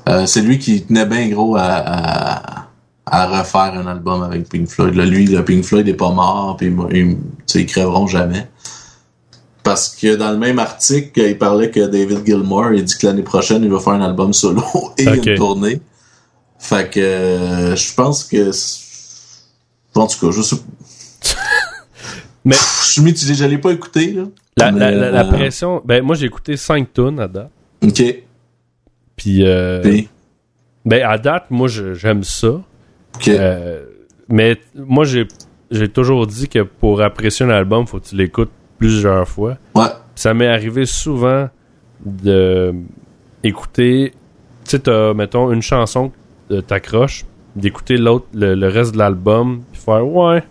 Speaker 4: Euh, c'est lui qui tenait bien gros à, à, à refaire un album avec Pink Floyd. Là, lui, le Pink Floyd est pas mort, puis ils- ils, tu sais, ils crèveront jamais. Parce que dans le même article, il parlait que David Gilmour, il dit que l'année prochaine, il va faire un album solo <laughs> et
Speaker 5: Ok.
Speaker 4: une tournée. Fait que euh, je pense que... c'est- En tout cas, je sais
Speaker 5: <laughs> Mais-
Speaker 4: Pff, je suis je l'ai pas écouté, là.
Speaker 5: La, la-
Speaker 4: Mais,
Speaker 5: la- la
Speaker 4: euh,
Speaker 5: pression. Ben, moi, j'ai écouté 5 tonnes à date.
Speaker 4: OK.
Speaker 5: Puis, euh,
Speaker 4: Puis,
Speaker 5: ben, à date, moi, je- j'aime ça.
Speaker 4: OK.
Speaker 5: Euh, mais moi, j'ai j'ai toujours dit que pour apprécier un album, faut que tu l'écoutes plusieurs fois.
Speaker 4: ouais.
Speaker 5: Ça m'est arrivé souvent de écouter, tu sais, t'as, mettons, une chanson que t'accroches, d'écouter l'autre, le, le reste de l'album, puis faire ouais,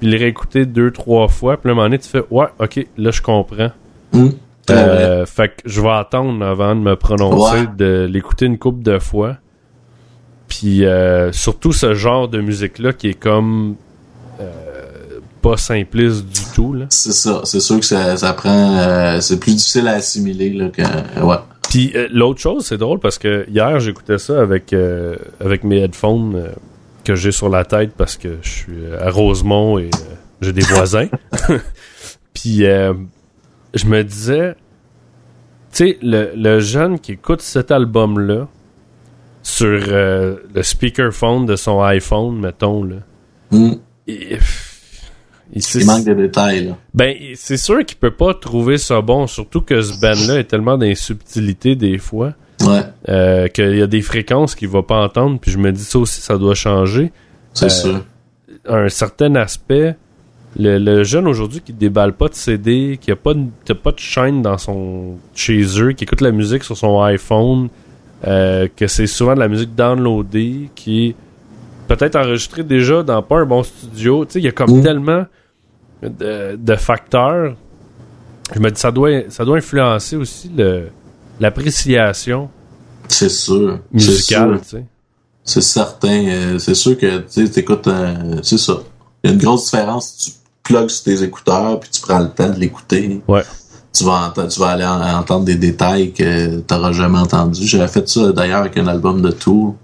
Speaker 5: puis le réécouter deux, trois fois, puis à un moment donné, tu fais ouais, ok, là, je comprends.
Speaker 4: Hum. Euh,
Speaker 5: Euh, fait que je vais attendre avant de me prononcer,
Speaker 4: Ouais.
Speaker 5: de l'écouter une couple de fois. Puis euh, surtout ce genre de musique-là qui est comme euh, pas simpliste du tout. Là.
Speaker 4: c'est ça. C'est sûr que ça, ça prend... euh, c'est plus difficile à assimiler, là, que... Ouais.
Speaker 5: Puis euh, l'autre chose, c'est drôle parce que hier j'écoutais ça avec euh, avec mes headphones euh, que j'ai sur la tête parce que je suis euh, à Rosemont et euh, j'ai des voisins. <laughs> Puis euh, je me disais, tu sais, le, le jeune qui écoute cet album là sur euh, le speakerphone de son iPhone, mettons là,
Speaker 4: Hum.
Speaker 5: il, il sait-
Speaker 4: Il manque de détails, là.
Speaker 5: ben, c'est sûr qu'il peut pas trouver ça bon, surtout que ce band-là est tellement dans les subtilités des fois
Speaker 4: Ouais.
Speaker 5: euh, qu'il y a des fréquences qu'il va pas entendre, puis je me dis ça aussi, ça doit changer.
Speaker 4: C'est
Speaker 5: Euh,
Speaker 4: sûr.
Speaker 5: Un certain aspect, le, le jeune aujourd'hui qui déballe pas de CD, qui a pas de, qui a pas de chaîne dans son chez eux, qui écoute la musique sur son iPhone, euh, que c'est souvent de la musique downloadée, qui est peut-être enregistrée déjà dans pas un bon studio. Tu sais, il y a comme
Speaker 4: Mm.
Speaker 5: tellement de, de facteurs. Je me dis ça doit ça doit influencer aussi le l'appréciation
Speaker 4: C'est sûr. C'est
Speaker 5: musicale,
Speaker 4: sûr.
Speaker 5: tu sais.
Speaker 4: C'est certain. euh, c'est sûr que tu sais, t'écoutes un. C'est ça. Il y a une grosse différence. Tu plugues sur tes écouteurs puis tu prends le temps de l'écouter.
Speaker 5: Ouais.
Speaker 4: Tu vas, enten- tu vas aller en- entendre des détails que t'auras jamais entendus. J'avais fait ça d'ailleurs avec un album de Tour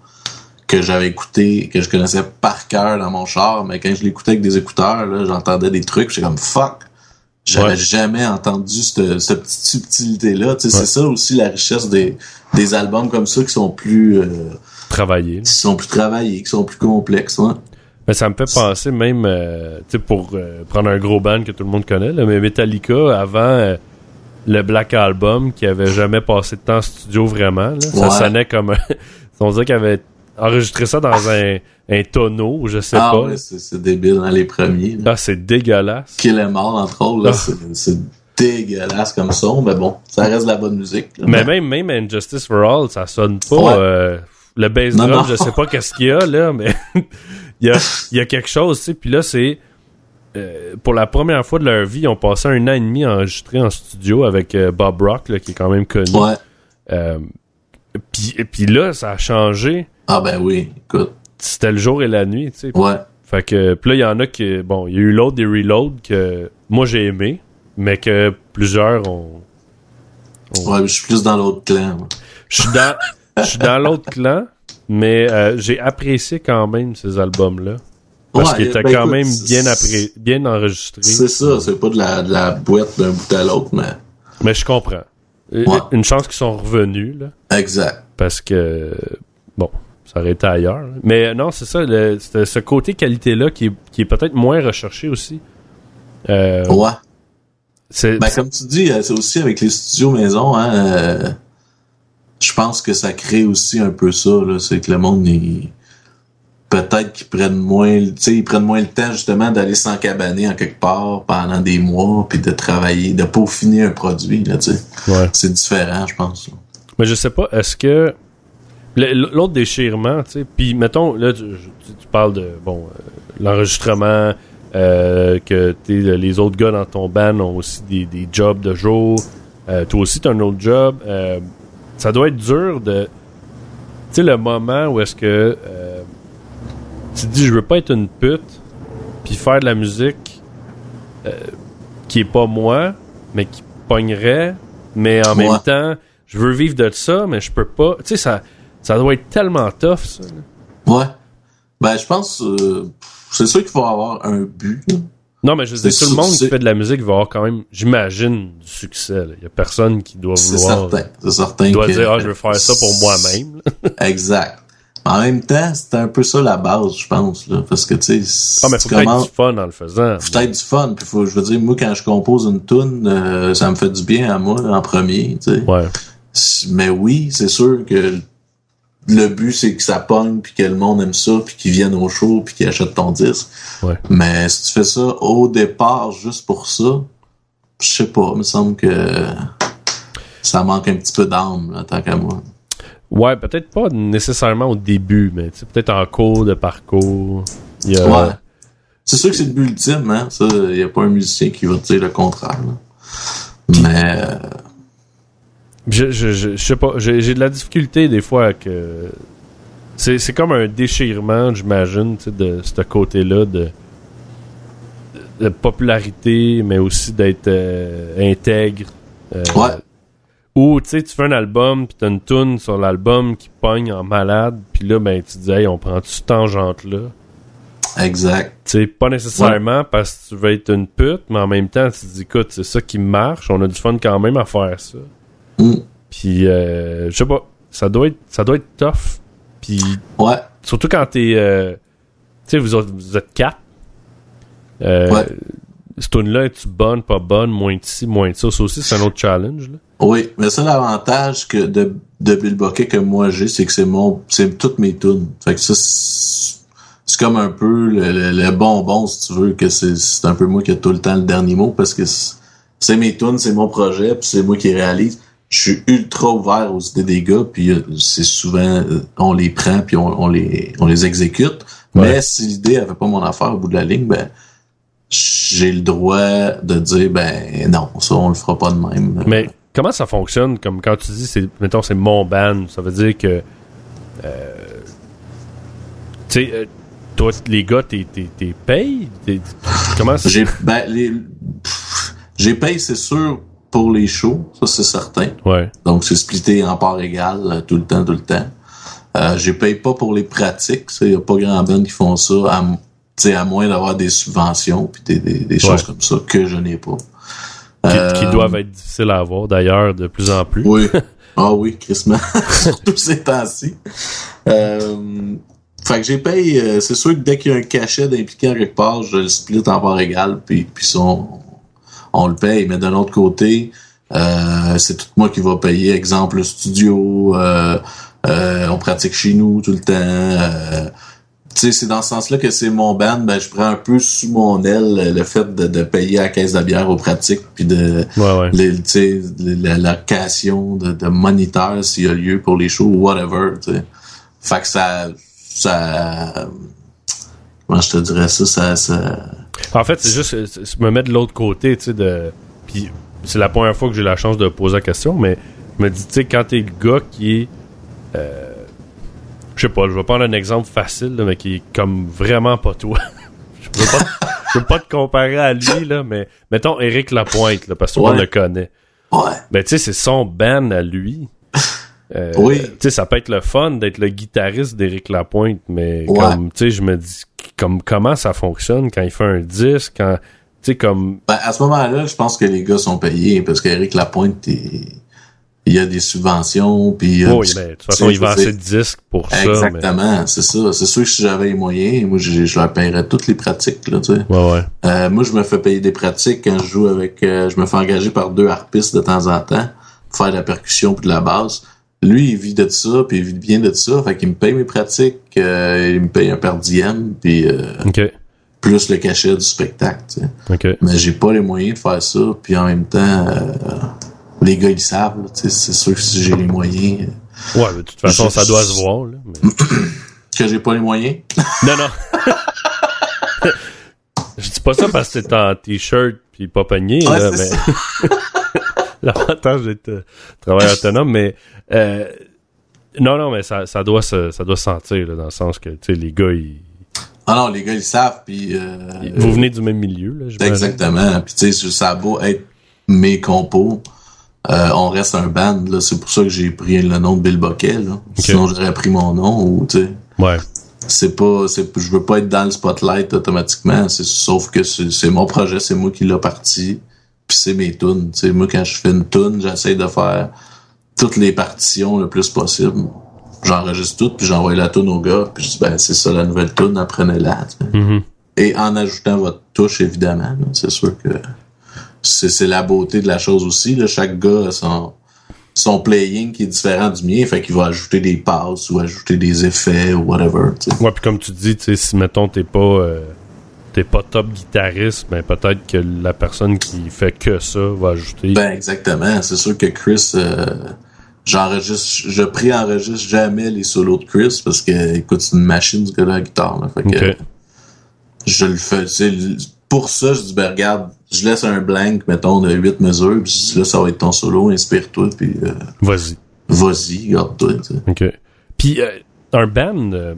Speaker 4: que j'avais écouté, que je connaissais par cœur dans mon char, mais quand je l'écoutais avec des écouteurs, là, j'entendais des trucs, j'étais comme fuck. J'avais
Speaker 5: Ouais.
Speaker 4: jamais entendu cette, cette petite subtilité-là. Tu sais,
Speaker 5: Ouais.
Speaker 4: C'est ça aussi la richesse des, des albums comme ça qui sont plus euh,
Speaker 5: Travailler. là.
Speaker 4: qui sont plus travaillés, qui sont plus complexes. Hein?
Speaker 5: Mais ça me fait penser même, euh, tu sais, pour euh, prendre un gros band que tout le monde connaît, là, mais Metallica, avant euh, le Black Album, qui avait jamais passé de temps en studio vraiment, là, ça
Speaker 4: Ouais.
Speaker 5: sonnait comme... un- <laughs> on dirait qu'ils avaient enregistré ça dans un, un tonneau, ou je sais
Speaker 4: Ah
Speaker 5: pas.
Speaker 4: ouais, c'est c'est débile, hein, les premiers. Là.
Speaker 5: Ah, c'est dégueulasse.
Speaker 4: Kill Em All, entre autres, là,
Speaker 5: Ah.
Speaker 4: c'est- c'est dégueulasse comme son, mais bon, ça reste de la bonne musique. là.
Speaker 5: Mais ben. même, même Injustice for All, ça sonne pas...
Speaker 4: Ouais.
Speaker 5: euh, le bass
Speaker 4: Non,
Speaker 5: drum,
Speaker 4: non.
Speaker 5: je sais pas qu'est-ce qu'il y a, là, mais <laughs> il y a, il y a quelque chose, tu sais. Puis là, c'est... euh, pour la première fois de leur vie, ils ont passé un an et demi à enregistrer en studio avec euh, Bob Rock, là, qui est quand même connu.
Speaker 4: Ouais.
Speaker 5: Euh, puis, et puis là, ça a changé.
Speaker 4: Ah ben oui, écoute.
Speaker 5: C'était le jour et la nuit, tu sais.
Speaker 4: Ouais.
Speaker 5: Fait que, puis là, il y en a qui, bon, il y a eu l'autre des reloads que moi j'ai aimé, mais que plusieurs ont. Oh.
Speaker 4: Ouais, je suis plus dans l'autre clan. moi.
Speaker 5: Je suis dans, je suis dans l'autre clan, mais euh, j'ai apprécié quand même ces albums-là. Parce
Speaker 4: Ouais,
Speaker 5: qu'ils étaient
Speaker 4: ben,
Speaker 5: quand
Speaker 4: écoute,
Speaker 5: même
Speaker 4: c'est-
Speaker 5: bien, appré- bien enregistrés.
Speaker 4: C'est ça, c'est pas de la, de la boîte d'un bout à l'autre, mais
Speaker 5: Mais je comprends. Euh,
Speaker 4: Ouais.
Speaker 5: Une chance qu'ils sont revenus, là.
Speaker 4: exact.
Speaker 5: parce que bon, ça aurait été ailleurs. là. Mais euh, non, c'est ça, le, c'est- ce côté qualité-là qui est, qui est peut-être moins recherché aussi. Euh,
Speaker 4: Ouais.
Speaker 5: c'est,
Speaker 4: Oh. Ben, comme tu dis, euh, c'est aussi avec les studios maison, hein, euh, je pense que ça crée aussi un peu ça, là, c'est que le monde, il- peut-être qu'ils prennent moins, le- tu sais, ils prennent moins le temps justement d'aller s'encabaner en quelque part pendant des mois, puis de travailler, de peaufiner un produit, là, tu sais.
Speaker 5: ouais.
Speaker 4: C'est différent, je pense. là.
Speaker 5: Mais je sais pas, est-ce que le- l'autre déchirement, tu sais, puis mettons, là, tu, tu- tu parles de, bon, euh, l'enregistrement, euh, que t'es- les autres gars dans ton band ont aussi des, des jobs de jour, euh, toi aussi t'as un autre job, euh, ça doit être dur de, tu sais, le moment où est-ce que euh, tu te dis, je veux pas être une pute, puis faire de la musique euh, qui est pas moi, mais qui pognerait, mais en
Speaker 4: Ouais.
Speaker 5: même temps, je veux vivre de ça, mais je peux pas. Tu sais, ça, ça doit être tellement tough, ça. là.
Speaker 4: Ouais. Ben, je pense, euh, c'est sûr qu'il faut avoir un but, là.
Speaker 5: Non, mais je veux dire,
Speaker 4: C'est
Speaker 5: tout le monde qui
Speaker 4: succès.
Speaker 5: fait de la musique va avoir quand même, j'imagine, du succès. Il y a personne qui doit
Speaker 4: c'est
Speaker 5: vouloir.
Speaker 4: certain. C'est certain
Speaker 5: doit ah,
Speaker 4: que-
Speaker 5: dire, ah, je veux faire ça pour moi-même. là.
Speaker 4: Exact. En même temps, c'est un peu ça la base, je pense. Là, parce que, tu sais, si
Speaker 5: Ah, mais
Speaker 4: tu
Speaker 5: faut peut-être
Speaker 4: commences-
Speaker 5: du fun en le faisant.
Speaker 4: faut être du fun. Puis faut, je veux dire, moi, quand je compose une tune, ça me fait du bien à moi en premier. tu sais.
Speaker 5: Ouais.
Speaker 4: S- Mais oui, c'est sûr que le but, c'est que ça pogne, puis que le monde aime ça, puis qu'ils viennent au show, puis qu'ils achètent ton disque.
Speaker 5: Ouais.
Speaker 4: Mais si tu fais ça au départ juste pour ça, je sais pas, il me semble que ça manque un petit peu d'âme, là, tant qu'à moi.
Speaker 5: Ouais, peut-être pas nécessairement au début, mais tu sais, peut-être en cours de parcours. Il y a-
Speaker 4: Ouais. C'est sûr que c'est le but ultime, hein. Ça, il n'y a pas un musicien qui va te dire le contraire, là. Mais, euh,
Speaker 5: Je, je, je, je sais pas, j'ai j'ai de la difficulté des fois que. C'est c'est comme un déchirement, j'imagine, tu sais, de ce côté-là de, de popularité, mais aussi d'être euh, intègre. euh,
Speaker 4: ouais.
Speaker 5: Ou tu sais, tu fais un album, puis t'as une tune sur l'album qui pogne en malade, puis là, ben, tu te dis, hey, on prend toute tangente là.
Speaker 4: Exact.
Speaker 5: Tu sais, pas nécessairement parce que tu veux être une pute, mais en même temps, tu te dis, écoute, c'est ça qui marche, on a du fun quand même à faire ça.
Speaker 4: Mm.
Speaker 5: Puis, euh, je sais pas, ça doit être, ça doit être tough. Puis,
Speaker 4: Ouais.
Speaker 5: surtout quand t'es, euh, tu sais, vous, autres- vous êtes quatre. Euh,
Speaker 4: Ouais.
Speaker 5: Ce tune-là, es-tu bonne, pas bonne, moins de ci, moins de ça? Ça aussi, c'est un autre challenge, là.
Speaker 4: Oui, mais ça l'avantage que de, de Bill Bucket que moi j'ai, c'est que c'est mon c'est toutes mes tunes. Fait que ça c'est c'est comme un peu le, le- le bonbon si tu veux que c'est c'est un peu moi qui ai tout le temps le dernier mot parce que c'est c'est mes tunes, c'est mon projet, puis c'est moi qui réalise. Je suis ultra ouvert aux idées des gars, puis euh, c'est souvent euh, on les prend puis on, on les on les exécute.
Speaker 5: Ouais.
Speaker 4: Mais si l'idée avait pas mon affaire au bout de la ligne, ben j'ai le droit de dire ben non, ça on le fera pas de même.
Speaker 5: Mais comment ça fonctionne comme quand tu dis c'est mettons c'est mon ban, ça veut dire que euh, tu sais euh, toi les gars t'es t'es t'es payes T'es- comment ça
Speaker 4: J'ai ben, les- pff, j'ai payé, c'est sûr, pour les shows, ça c'est certain.
Speaker 5: ouais
Speaker 4: Donc c'est splitté en part égale euh, tout le temps, tout le temps. Euh, j'ai paye pas pour les pratiques, il n'y a pas grand band qui font ça, à, m- tu sais, à moins d'avoir des subventions puis des, des, des choses
Speaker 5: Ouais.
Speaker 4: comme ça que je n'ai pas.
Speaker 5: qui,
Speaker 4: Euh,
Speaker 5: qui doivent être difficiles à avoir d'ailleurs de plus en plus
Speaker 4: oui. Ah oui, Christmas. Surtout ces temps-ci. Euh, fait que j'ai payé. euh, c'est sûr que dès qu'il y a un cachet d'impliqué en quelque part, je le split en part égale, puis, puis ça, on, on le paye. Mais d'un autre côté, euh, c'est tout moi qui va payer. Exemple, le studio, euh, euh, on pratique chez nous tout le temps. euh, tu sais, c'est dans ce sens-là que c'est mon band, ben, je prends un peu sous mon aile euh, le fait de, de payer à la caisse de la bière aux pratiques, puis de,
Speaker 5: ouais ouais
Speaker 4: les- tu sais, les- la la location de, de moniteurs s'il y a lieu pour les shows ou whatever. tu sais. Fait que ça, ça. Comment je te dirais ça? ça, ça
Speaker 5: en fait c'est juste euh, c'est- c'est me mettre de l'autre côté tu sais de puis c'est la première fois que j'ai la chance de poser la question mais je me dis tu sais quand t'es le gars qui est euh, je sais pas, je vais prendre un exemple facile, là, mais qui est comme vraiment pas toi. <laughs> je veux pas, te- je veux pas te comparer à lui, là, mais mettons Eric Lapointe, là, parce que tout le monde
Speaker 4: Ouais.
Speaker 5: le connaît.
Speaker 4: ouais.
Speaker 5: Ben, tu sais, c'est son ban à
Speaker 4: <laughs>
Speaker 5: lui. Euh,
Speaker 4: Oui.
Speaker 5: Tu sais, ça peut être le fun d'être le guitariste d'Éric Lapointe, mais
Speaker 4: Ouais.
Speaker 5: comme, tu sais, je me dis, comme, comment ça fonctionne quand il fait un disque, quand, tu sais, comme,
Speaker 4: Ben, à ce moment-là, je pense que les gars sont payés parce qu'Éric Lapointe, il il y a des subventions. Puis, euh,
Speaker 5: oh, ben, de toute façon,
Speaker 4: tu sais,
Speaker 5: il vend
Speaker 4: je veux
Speaker 5: assez de
Speaker 4: dire-
Speaker 5: disques pour ça, mais.
Speaker 4: Exactement, c'est ça. C'est sûr que si j'avais les moyens, moi, je, je leur paierais toutes les pratiques. Là, tu sais.
Speaker 5: Ouais, ouais.
Speaker 4: Euh, moi, je me fais payer des pratiques quand je joue avec. euh, je me fais engager par deux harpistes de temps en temps pour faire de la percussion puis de la basse. Lui, il vit de ça, puis il vit bien de ça. Fait qu'il me paye mes pratiques, euh, il me paye un par diem, puis euh,
Speaker 5: Ok.
Speaker 4: plus le cachet du spectacle. tu sais.
Speaker 5: Ok.
Speaker 4: Mais j'ai pas les moyens de faire ça, puis en même temps, euh, les gars, ils savent. là, tu sais, C'est sûr que si j'ai les moyens... euh,
Speaker 5: Ouais, mais de toute façon, ça doit se voir, là. mais-
Speaker 4: Que j'ai pas les moyens?
Speaker 5: Non, non. Je dis pas ça parce que t'es en t-shirt puis pas panier,
Speaker 4: Ouais,
Speaker 5: là,
Speaker 4: c'est
Speaker 5: mais. <laughs> L'avantage d'être euh, travailleur autonome, mais. euh, non, non, mais ça, ça doit se, ça doit se sentir, là, dans le sens que, tu sais, les gars, ils-
Speaker 4: Ah non, les gars, ils savent, puis... euh,
Speaker 5: ils- vous venez du même milieu, là, j'imagine.
Speaker 4: Exactement. Puis tu sais, sur- ça a beau être mes compos, euh, on reste un band. Là. C'est pour ça que j'ai pris le nom de Bill Bocquet. Là. Sinon, j'aurais pris mon nom. Ou, tu sais,
Speaker 5: Ouais.
Speaker 4: c'est pas, c'est, je veux pas être dans le spotlight automatiquement. C'est, sauf que c'est, c'est mon projet, c'est moi qui l'ai parti. Puis c'est mes tunes. Tu sais, moi, quand je fais une tune, j'essaie de faire toutes les partitions le plus possible. j'enregistre tout, puis j'envoie la toune au gars, puis je dis, ben, c'est ça la nouvelle toune, apprenez-la. tu sais.
Speaker 5: Mhm.
Speaker 4: Et en ajoutant votre touche, évidemment, là, c'est sûr que c'est c'est la beauté de la chose aussi. Là. Chaque gars a son, son playing qui est différent du mien, fait qu'il va ajouter des passes ou ajouter des effets ou whatever. tu sais.
Speaker 5: Ouais, puis comme tu dis, tu sais, si mettons t'es pas euh, t'es pas top guitariste, ben peut-être que la personne qui fait que ça va ajouter.
Speaker 4: Ben exactement. C'est sûr que Chris, euh, j'enregistre, je pré-enregistre jamais les solos de Chris parce que, écoute, c'est une machine ce gars-là à la guitare. là. Fait que
Speaker 5: Ok.
Speaker 4: je le fais. tu sais, le- Pour ça, je dis, ben regarde, je laisse un blank, mettons, de 8 mesures, puis je dis, là, ça va être ton solo, inspire-toi, puis euh,
Speaker 5: Vas-y.
Speaker 4: vas-y, garde-toi. tu sais.
Speaker 5: OK. Puis euh, un band, euh,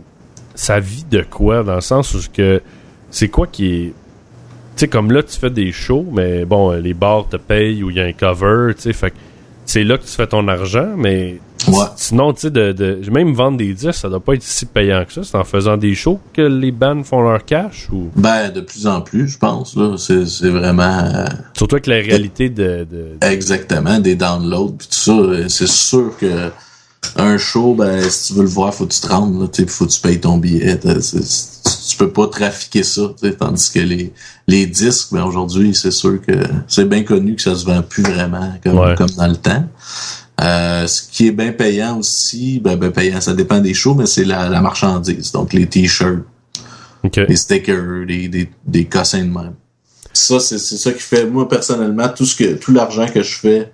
Speaker 5: ça vit de quoi dans le sens où ce que c'est quoi qui est tu sais comme là tu fais des shows mais bon euh, les bars te payent ou il y a un cover, tu sais fait que c'est là que tu fais ton argent mais
Speaker 4: Ouais.
Speaker 5: sinon tu sais de, de même vendre des disques, ça doit pas être si payant que ça, c'est en faisant des shows que les bands font leur cash ou
Speaker 4: Ben, de plus en plus, je pense. là. C'est c'est vraiment euh,
Speaker 5: surtout avec la réalité de, de-
Speaker 4: exactement des downloads puis tout ça. euh, C'est sûr que un show, ben, si tu veux le voir, faut que tu te rendes, là, tu sais, faut que tu payes ton billet. t'as- c'est- c'est- Tu peux pas trafiquer ça, tu sais, tandis que les, les disques, ben aujourd'hui, c'est sûr que c'est bien connu que ça se vend plus vraiment comme,
Speaker 5: Ouais.
Speaker 4: comme dans le temps. Euh, ce qui est bien payant aussi, ben, ben payant, ça dépend des shows, mais c'est la, la marchandise, donc les t-shirts,
Speaker 5: OK.
Speaker 4: des stickers, des, des, des cossins de même. Ça, c'est c'est ça qui fait, moi, personnellement, tout ce que tout l'argent que je fais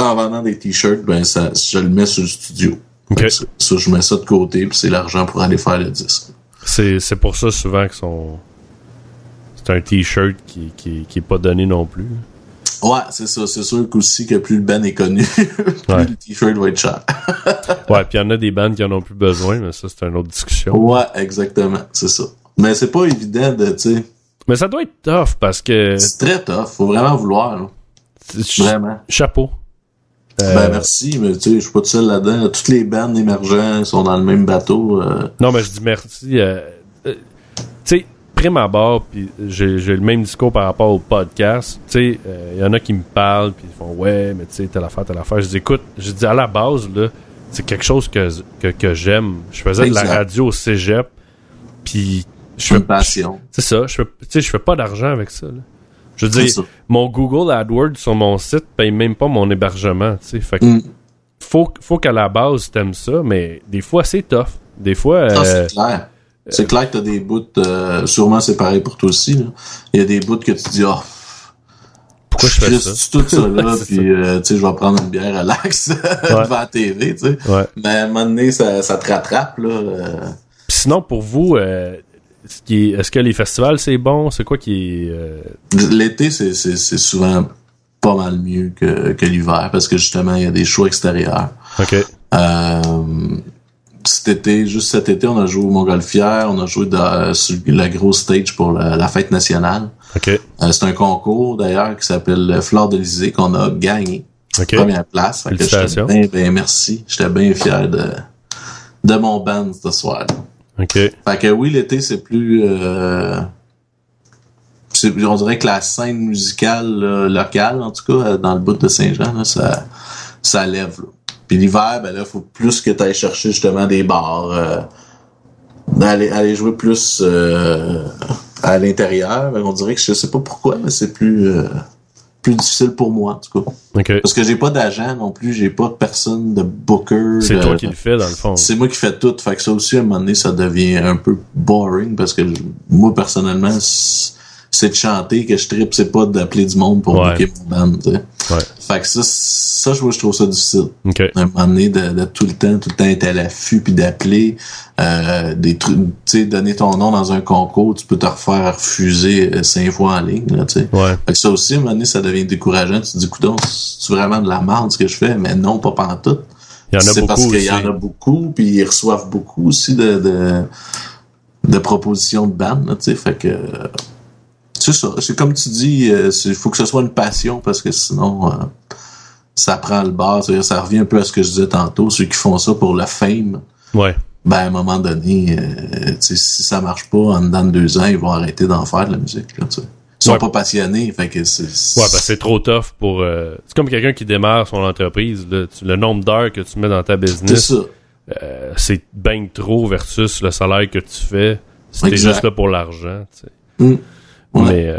Speaker 4: en vendant des t-shirts, ben ça, je le mets sur le studio.
Speaker 5: Ok.
Speaker 4: Fait que Ça, ça, je mets ça de côté, puis c'est l'argent pour aller faire le disque.
Speaker 5: C'est c'est pour ça souvent que sont c'est un t-shirt qui, qui, qui est pas donné non plus.
Speaker 4: Ouais, c'est ça. C'est sûr qu'aussi que plus le band est connu, <laughs> plus
Speaker 5: Ouais.
Speaker 4: le t-shirt va être cher.
Speaker 5: Ouais, puis il y en a des bandes qui en ont plus besoin, mais ça, c'est une autre discussion.
Speaker 4: Ouais, exactement. C'est ça. Mais c'est pas évident de, tu sais,
Speaker 5: Mais ça doit être tough parce que.
Speaker 4: c'est très tough. Faut vraiment vouloir, là. Vraiment.
Speaker 5: Chapeau. Euh,
Speaker 4: Ben, merci, mais tu sais, je suis pas tout seul là-dedans. Toutes les bandes émergentes sont dans le même bateau. euh,
Speaker 5: Non, mais je dis merci. euh, euh, tu sais, prime abord, puis j'ai j'ai le même discours par rapport au podcast. Tu sais, euh, il y en a qui me parlent, puis ils font ouais, mais tu sais, telle affaire, telle affaire. Je dis écoute, je dis à la base, là, c'est quelque chose que, que, que j'aime. Je faisais de
Speaker 4: Exact.
Speaker 5: la radio au cégep, puis je
Speaker 4: une
Speaker 5: fais.
Speaker 4: passion.
Speaker 5: C'est ça, je fais, tu sais, je fais pas d'argent avec ça, là. Je veux
Speaker 4: C'est
Speaker 5: dire,
Speaker 4: ça.
Speaker 5: mon Google AdWords sur mon site paye même pas mon hébergement, tu sais. Fait que
Speaker 4: Mm.
Speaker 5: faut, faut qu'à la base, t'aimes ça, mais des fois, c'est tough. Des fois,
Speaker 4: Ah,
Speaker 5: euh,
Speaker 4: c'est clair. C'est clair que t'as des bouts, euh, sûrement c'est pareil pour toi aussi. là. Il y a des bouts que tu dis, oh,
Speaker 5: pourquoi je fais ça?
Speaker 4: suis tout ça là,
Speaker 5: <laughs> C'est
Speaker 4: puis euh, tu sais, je vais prendre une bière à <laughs> l'axe devant la TV, tu sais.
Speaker 5: Ouais.
Speaker 4: Mais à un moment donné, ça, ça te rattrape, là. euh.
Speaker 5: Puis sinon, pour vous, euh, ce qui est- est-ce que les festivals, c'est bon? C'est quoi qui est... euh,
Speaker 4: L'été, c'est, c'est, c'est souvent pas mal mieux que, que l'hiver, parce que justement, il y a des shows extérieurs.
Speaker 5: OK.
Speaker 4: Euh, cet été, juste cet été, on a joué au Montgolfière, on a joué dans- sur la grosse stage pour la- la fête nationale.
Speaker 5: OK.
Speaker 4: Euh, c'est un concours d'ailleurs qui s'appelle euh, Fleur de l'Élysée qu'on a gagné.
Speaker 5: OK.
Speaker 4: Première place. Fait que
Speaker 5: Félicitations.
Speaker 4: j'étais bien- bien merci. J'étais bien fier de, de mon band ce soir.
Speaker 5: OK.
Speaker 4: Fait que oui, l'été, c'est plus. euh, c'est- on dirait que la scène musicale là, locale, en tout cas, euh, dans le bout de Saint-Jean, là, ça, ça lève. là. Puis l'hiver, ben là, faut plus que tu ailles chercher justement des bars. euh, aller, aller jouer plus euh, à l'intérieur. Ben, On dirait que je sais pas pourquoi, mais c'est plus. euh, plus difficile pour moi, en tout cas.
Speaker 5: OK.
Speaker 4: Parce que j'ai pas d'agent non plus, j'ai pas de personne de booker.
Speaker 5: C'est
Speaker 4: de-
Speaker 5: toi qui le fais, dans le fond.
Speaker 4: c'est moi qui fais tout. Fait que ça aussi, à un moment donné, ça devient un peu boring parce que je- moi, personnellement, c- c'est de chanter que je tripe, c'est pas d'appeler du monde pour
Speaker 5: Ouais.
Speaker 4: booker mon band. tu sais.
Speaker 5: Ouais.
Speaker 4: Fait que ça, ça, je vois, je trouve ça difficile.
Speaker 5: OK.
Speaker 4: À un moment donné, de, de tout le temps, tout le temps être à l'affût puis d'appeler, euh, des trucs, tu sais, donner ton nom dans un concours, tu peux te refaire refuser euh, cinq fois en ligne, là, tu sais.
Speaker 5: Ouais.
Speaker 4: Fait que ça aussi, à un moment donné, ça devient décourageant. Tu te dis, coudons, c'est vraiment de la merde ce que je fais, mais non, pas pantoute.
Speaker 5: Il y en a
Speaker 4: C'est
Speaker 5: beaucoup
Speaker 4: parce qu'il
Speaker 5: aussi.
Speaker 4: y en a beaucoup, puis ils reçoivent beaucoup aussi de, de, de propositions de bandes, là, tu sais, fait que... euh, C'est ça, c'est comme tu dis, il faut que ce soit une passion, parce que sinon, euh, ça prend le bord, C'est-à-dire, ça revient un peu à ce que je disais tantôt, ceux qui font ça pour le fame,
Speaker 5: Ouais.
Speaker 4: ben, à un moment donné, euh, tu sais, si ça marche pas, en dedans de deux ans, ils vont arrêter d'en faire de la musique, là, tu sais. Ils sont
Speaker 5: Ouais.
Speaker 4: pas passionnés, fait que c'est...
Speaker 5: Ouais, parce que c'est trop tough pour. euh, c'est comme quelqu'un qui démarre son entreprise. là. Tu- le nombre d'heures que tu mets dans ta
Speaker 4: C'est
Speaker 5: business,
Speaker 4: ça.
Speaker 5: euh, c'est ben trop versus le salaire que tu fais si t'es
Speaker 4: Exact.
Speaker 5: juste là pour l'argent. tu sais.
Speaker 4: Mm. Ouais.
Speaker 5: Mais euh,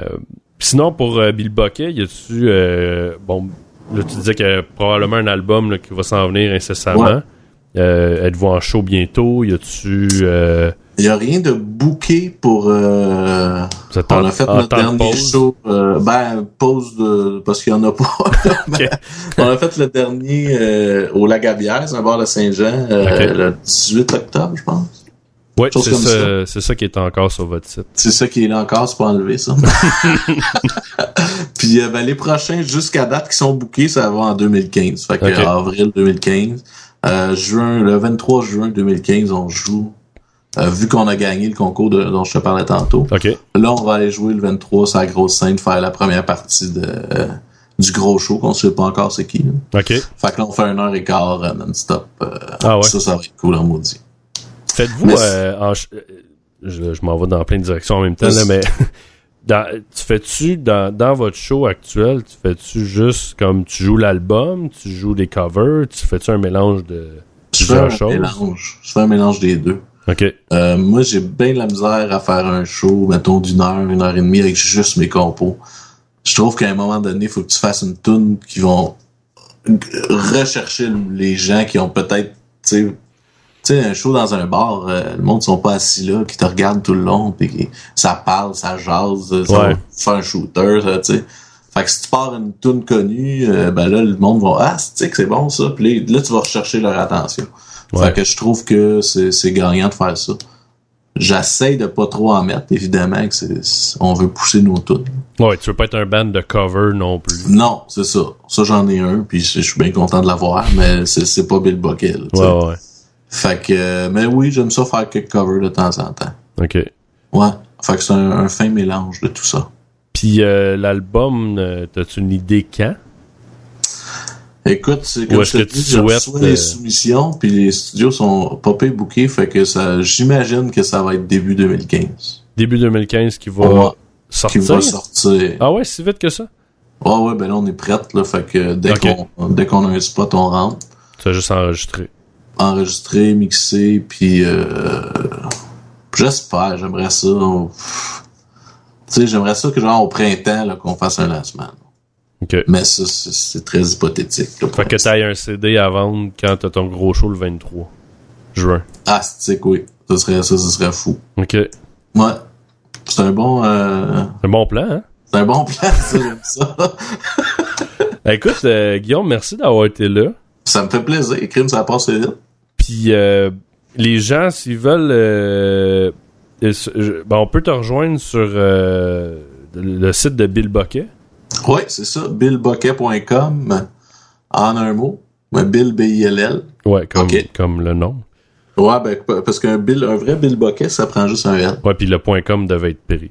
Speaker 5: sinon, pour euh, Bill Bucket, y a-tu. euh, bon, là, tu disais qu'il y a probablement un album là, qui va s'en venir incessamment.
Speaker 4: Ouais.
Speaker 5: Euh, Êtes-vous en show bientôt Y a-tu. Euh,
Speaker 4: Il n'y a rien de booké pour. euh,
Speaker 5: vous êtes
Speaker 4: on
Speaker 5: en-
Speaker 4: a fait
Speaker 5: en
Speaker 4: notre
Speaker 5: temps de
Speaker 4: dernier
Speaker 5: pause?
Speaker 4: show. euh, ben, pause de, parce qu'il n'y en
Speaker 5: <laughs>
Speaker 4: a pas. <laughs> Ben, on a fait le dernier euh, au Lagabière, c'est un bar de Saint-Jean, euh,
Speaker 5: Ok.
Speaker 4: le 18 octobre, je pense.
Speaker 5: Ouais,
Speaker 4: chose
Speaker 5: c'est
Speaker 4: comme
Speaker 5: ça, c'est ça qui est encore sur votre site.
Speaker 4: C'est ça qui est là encore, c'est pas
Speaker 5: <laughs>
Speaker 4: enlevé, ça. <laughs> Puis euh, ben, les prochains, jusqu'à date, qui sont bookés, ça va en 2015. Fait que
Speaker 5: Ok.
Speaker 4: avril 2015. Euh, juin, le 23 juin 2015, on joue. Euh, vu qu'on a gagné le concours de- dont je te parlais tantôt.
Speaker 5: Ok.
Speaker 4: Là, on va aller jouer le 23 sur la grosse scène, faire la première partie de, euh, du gros show qu'on sait pas encore c'est qui. là.
Speaker 5: Ok.
Speaker 4: Fait que là, on fait une heure et quart euh, non-stop. euh,
Speaker 5: Ah ouais.
Speaker 4: Ça, ça va être cool en maudit.
Speaker 5: Faites-vous
Speaker 4: Mais-
Speaker 5: euh, en ch- euh, je, je m'en vais dans plein de directions en même temps, là, mais <laughs> dans- tu fais-tu dans, dans votre show actuel, tu fais-tu juste comme tu joues l'album, tu joues des covers, tu fais-tu un mélange de
Speaker 4: Je fais
Speaker 5: plusieurs
Speaker 4: un
Speaker 5: choses?
Speaker 4: mélange. Je fais un mélange des deux.
Speaker 5: Ok,
Speaker 4: Euh, moi, j'ai bien de la misère à faire un show, mettons, d'une heure, une heure et demie avec juste mes compos. Je trouve qu'à un moment donné, il faut que tu fasses une tune qui vont rechercher les gens qui ont peut-être, tu sais, tu sais, un show dans un bar, euh, le monde sont pas assis là, qui te regardent tout le long, puis qui- ça parle, ça jase, euh, ça
Speaker 5: Ouais.
Speaker 4: va faire un shooter, ça, tu sais. Fait que si tu pars une tune connue, euh, ben là, le monde va Ah, tu sais que c'est bon ça, puis là, là, tu vas rechercher leur attention.
Speaker 5: Ouais.
Speaker 4: Fait que je trouve que c'est c'est gagnant de faire ça. J'essaie de pas trop en mettre, évidemment, que c'est- c'est- on veut pousser nos tunes.
Speaker 5: ouais, tu veux pas être un band de cover non plus.
Speaker 4: Non, c'est ça. Ça, j'en ai un, puis je je suis bien content de l'avoir, mais c'est c'est pas Bill Bucket. là, tu
Speaker 5: Ouais,
Speaker 4: sais.
Speaker 5: ouais,
Speaker 4: Fait que, euh, mais oui, j'aime ça faire quelques covers de temps en temps.
Speaker 5: ok.
Speaker 4: Ouais. Fait que c'est un, un fin mélange de tout ça.
Speaker 5: Puis euh, l'album, euh, t'as-tu une idée quand?
Speaker 4: Écoute, c'est
Speaker 5: Ou
Speaker 4: comme
Speaker 5: est-ce
Speaker 4: je te
Speaker 5: que tu
Speaker 4: dis, je
Speaker 5: souhaites,
Speaker 4: reçois
Speaker 5: euh,
Speaker 4: les soumissions, puis les studios sont pas payés bouqués, fait que ça, j'imagine que ça va être début 2015.
Speaker 5: Début 2015 qui va
Speaker 4: Ouais, Qui
Speaker 5: sortir?
Speaker 4: va sortir.
Speaker 5: Ah ouais, si vite que ça?
Speaker 4: Ah ouais, ben là, on est prête, là. Fait que dès
Speaker 5: Ok.
Speaker 4: qu'on dès qu'on a un spot, on rentre.
Speaker 5: Tu as juste enregistré.
Speaker 4: Enregistrer, mixer, puis euh, j'espère, j'aimerais ça. on- Tu sais, j'aimerais ça que genre au printemps, là, qu'on fasse un lancement.
Speaker 5: Ok.
Speaker 4: Mais ça, c'est c'est très hypothétique. Là, pour
Speaker 5: Fait que
Speaker 4: l'instant.
Speaker 5: t'ailles un CD à vendre quand t'as ton gros show le 23 juin.
Speaker 4: Ah, c'est oui. Ça serait, ça, ça serait fou.
Speaker 5: Ok.
Speaker 4: Ouais. C'est un bon, euh,
Speaker 5: C'est un bon plan, hein?
Speaker 4: c'est un bon <laughs> plan, ça, j'aime ça.
Speaker 5: Écoute, euh, Guillaume, merci d'avoir été là.
Speaker 4: Ça me fait plaisir. Crime, ça passe vite.
Speaker 5: Puis euh, les gens, s'ils veulent, euh, ils se- je- ben, on peut te rejoindre sur euh, le site de Bill Bucket.
Speaker 4: Oui, c'est ça. BillBoquet.com en un mot. Mais Bill, B-I-L-L.
Speaker 5: Ouais, comme,
Speaker 4: Ok.
Speaker 5: comme le nom.
Speaker 4: Ouais, ben, p- parce qu'un bill, un vrai bill bucket, ça prend juste un L.
Speaker 5: Ouais, puis le point .com devait être péri.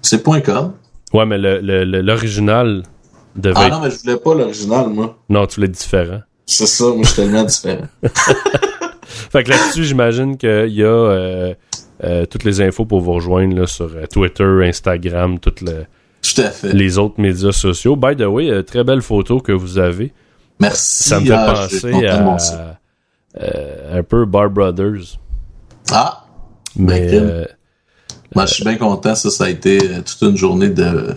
Speaker 4: C'est point .com.
Speaker 5: Ouais, mais l'original le, le- l'original devait
Speaker 4: Ah
Speaker 5: être...
Speaker 4: non, mais je voulais pas l'original, moi.
Speaker 5: Non, tu l'as différent.
Speaker 4: C'est ça, moi, je suis tellement différent.
Speaker 5: Fait que là-dessus, j'imagine qu'il y a euh, euh, toutes les infos pour vous rejoindre là, sur euh, Twitter, Instagram, toutes le-
Speaker 4: <laughs> Tout à fait.
Speaker 5: les autres médias sociaux. By the way, euh, très belle photo que vous avez.
Speaker 4: Merci.
Speaker 5: Ça me fait
Speaker 4: Ah, je suis
Speaker 5: penser
Speaker 4: content de
Speaker 5: à
Speaker 4: mon site.
Speaker 5: euh, un peu Bar Brothers.
Speaker 4: Ah,
Speaker 5: Mais
Speaker 4: Ben,
Speaker 5: euh,
Speaker 4: moi, je suis bien content. Ça, ça a été euh, toute une journée de,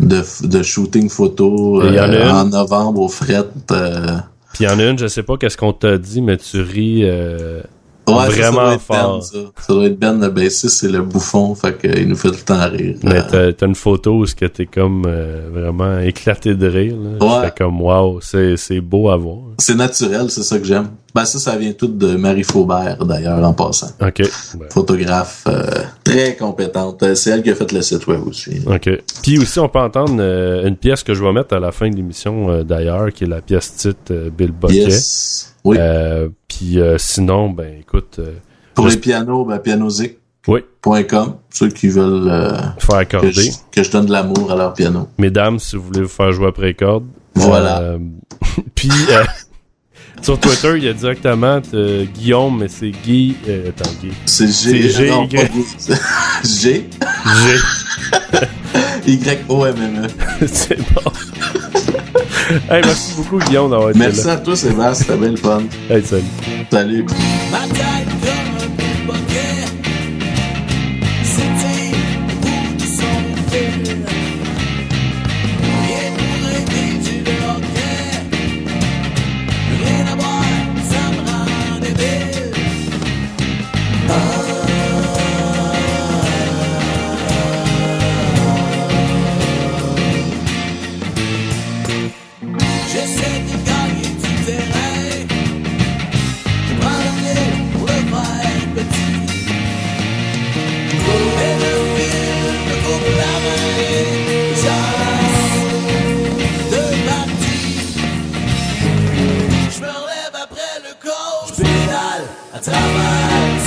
Speaker 4: de, f- de shooting photo
Speaker 5: Et il y en a
Speaker 4: euh,
Speaker 5: une.
Speaker 4: en novembre au fret. euh,
Speaker 5: puis il y en a une, je sais pas qu'est-ce qu'on t'a dit, mais tu ris. euh,
Speaker 4: Ouais, ça, ça,
Speaker 5: Vraiment
Speaker 4: doit être
Speaker 5: fort.
Speaker 4: Ben, ça. Ça doit être Ben le bassiste, c'est le bouffon, fait qu'il nous fait tout le temps rire.
Speaker 5: mais
Speaker 4: Euh,
Speaker 5: t'as t'as une photo où ce que t'es comme euh, vraiment éclaté de rire. là.
Speaker 4: Ouais.
Speaker 5: J'étais comme wow, c'est c'est beau à voir.
Speaker 4: C'est naturel, c'est ça que j'aime. Ben ça, ça vient tout de Marie Faubert, d'ailleurs, en passant.
Speaker 5: Ok. Ben,
Speaker 4: Photographe euh, très compétente. Euh, C'est elle qui a fait le site web aussi.
Speaker 5: OK. Puis aussi, on peut entendre euh, une pièce que je vais mettre à la fin de l'émission, euh, d'ailleurs, qui est la pièce titre euh, Bill Bucket.
Speaker 4: Yes. Oui.
Speaker 5: Euh, puis euh, sinon, ben écoute, euh,
Speaker 4: Pour
Speaker 5: je-
Speaker 4: les pianos, ben, pianosic.com,
Speaker 5: oui,
Speaker 4: ceux qui veulent euh,
Speaker 5: faire
Speaker 4: que,
Speaker 5: accorder.
Speaker 4: je, que je donne de l'amour à leur piano.
Speaker 5: Mesdames, si vous voulez vous faire jouer après corde.
Speaker 4: Voilà.
Speaker 5: Euh, <laughs> puis euh, <laughs> sur Twitter, il y a directement euh, Guillaume, mais c'est Guy. euh, attends, Guy.
Speaker 4: C'est
Speaker 5: C'est
Speaker 4: G.
Speaker 5: G,
Speaker 4: non,
Speaker 5: Y.
Speaker 4: pas
Speaker 5: <laughs>
Speaker 4: vous. G. <laughs>
Speaker 5: G.
Speaker 4: Y. O. M. M. E.
Speaker 5: c'est bon. <laughs> Hey, merci beaucoup, Guillaume, d'avoir été
Speaker 4: Merci
Speaker 5: là.
Speaker 4: à toi, Sébastien. C'était bien le fun.
Speaker 5: Hey, salut.
Speaker 4: Salut.
Speaker 1: Ma tête comme un petit paquet, c'était au bout de son fil. Et pour aider du hockey, rien à voir, ça me rend débile. J'essaie de gagner du terrain. Je me relève après le coach, je pédale à travers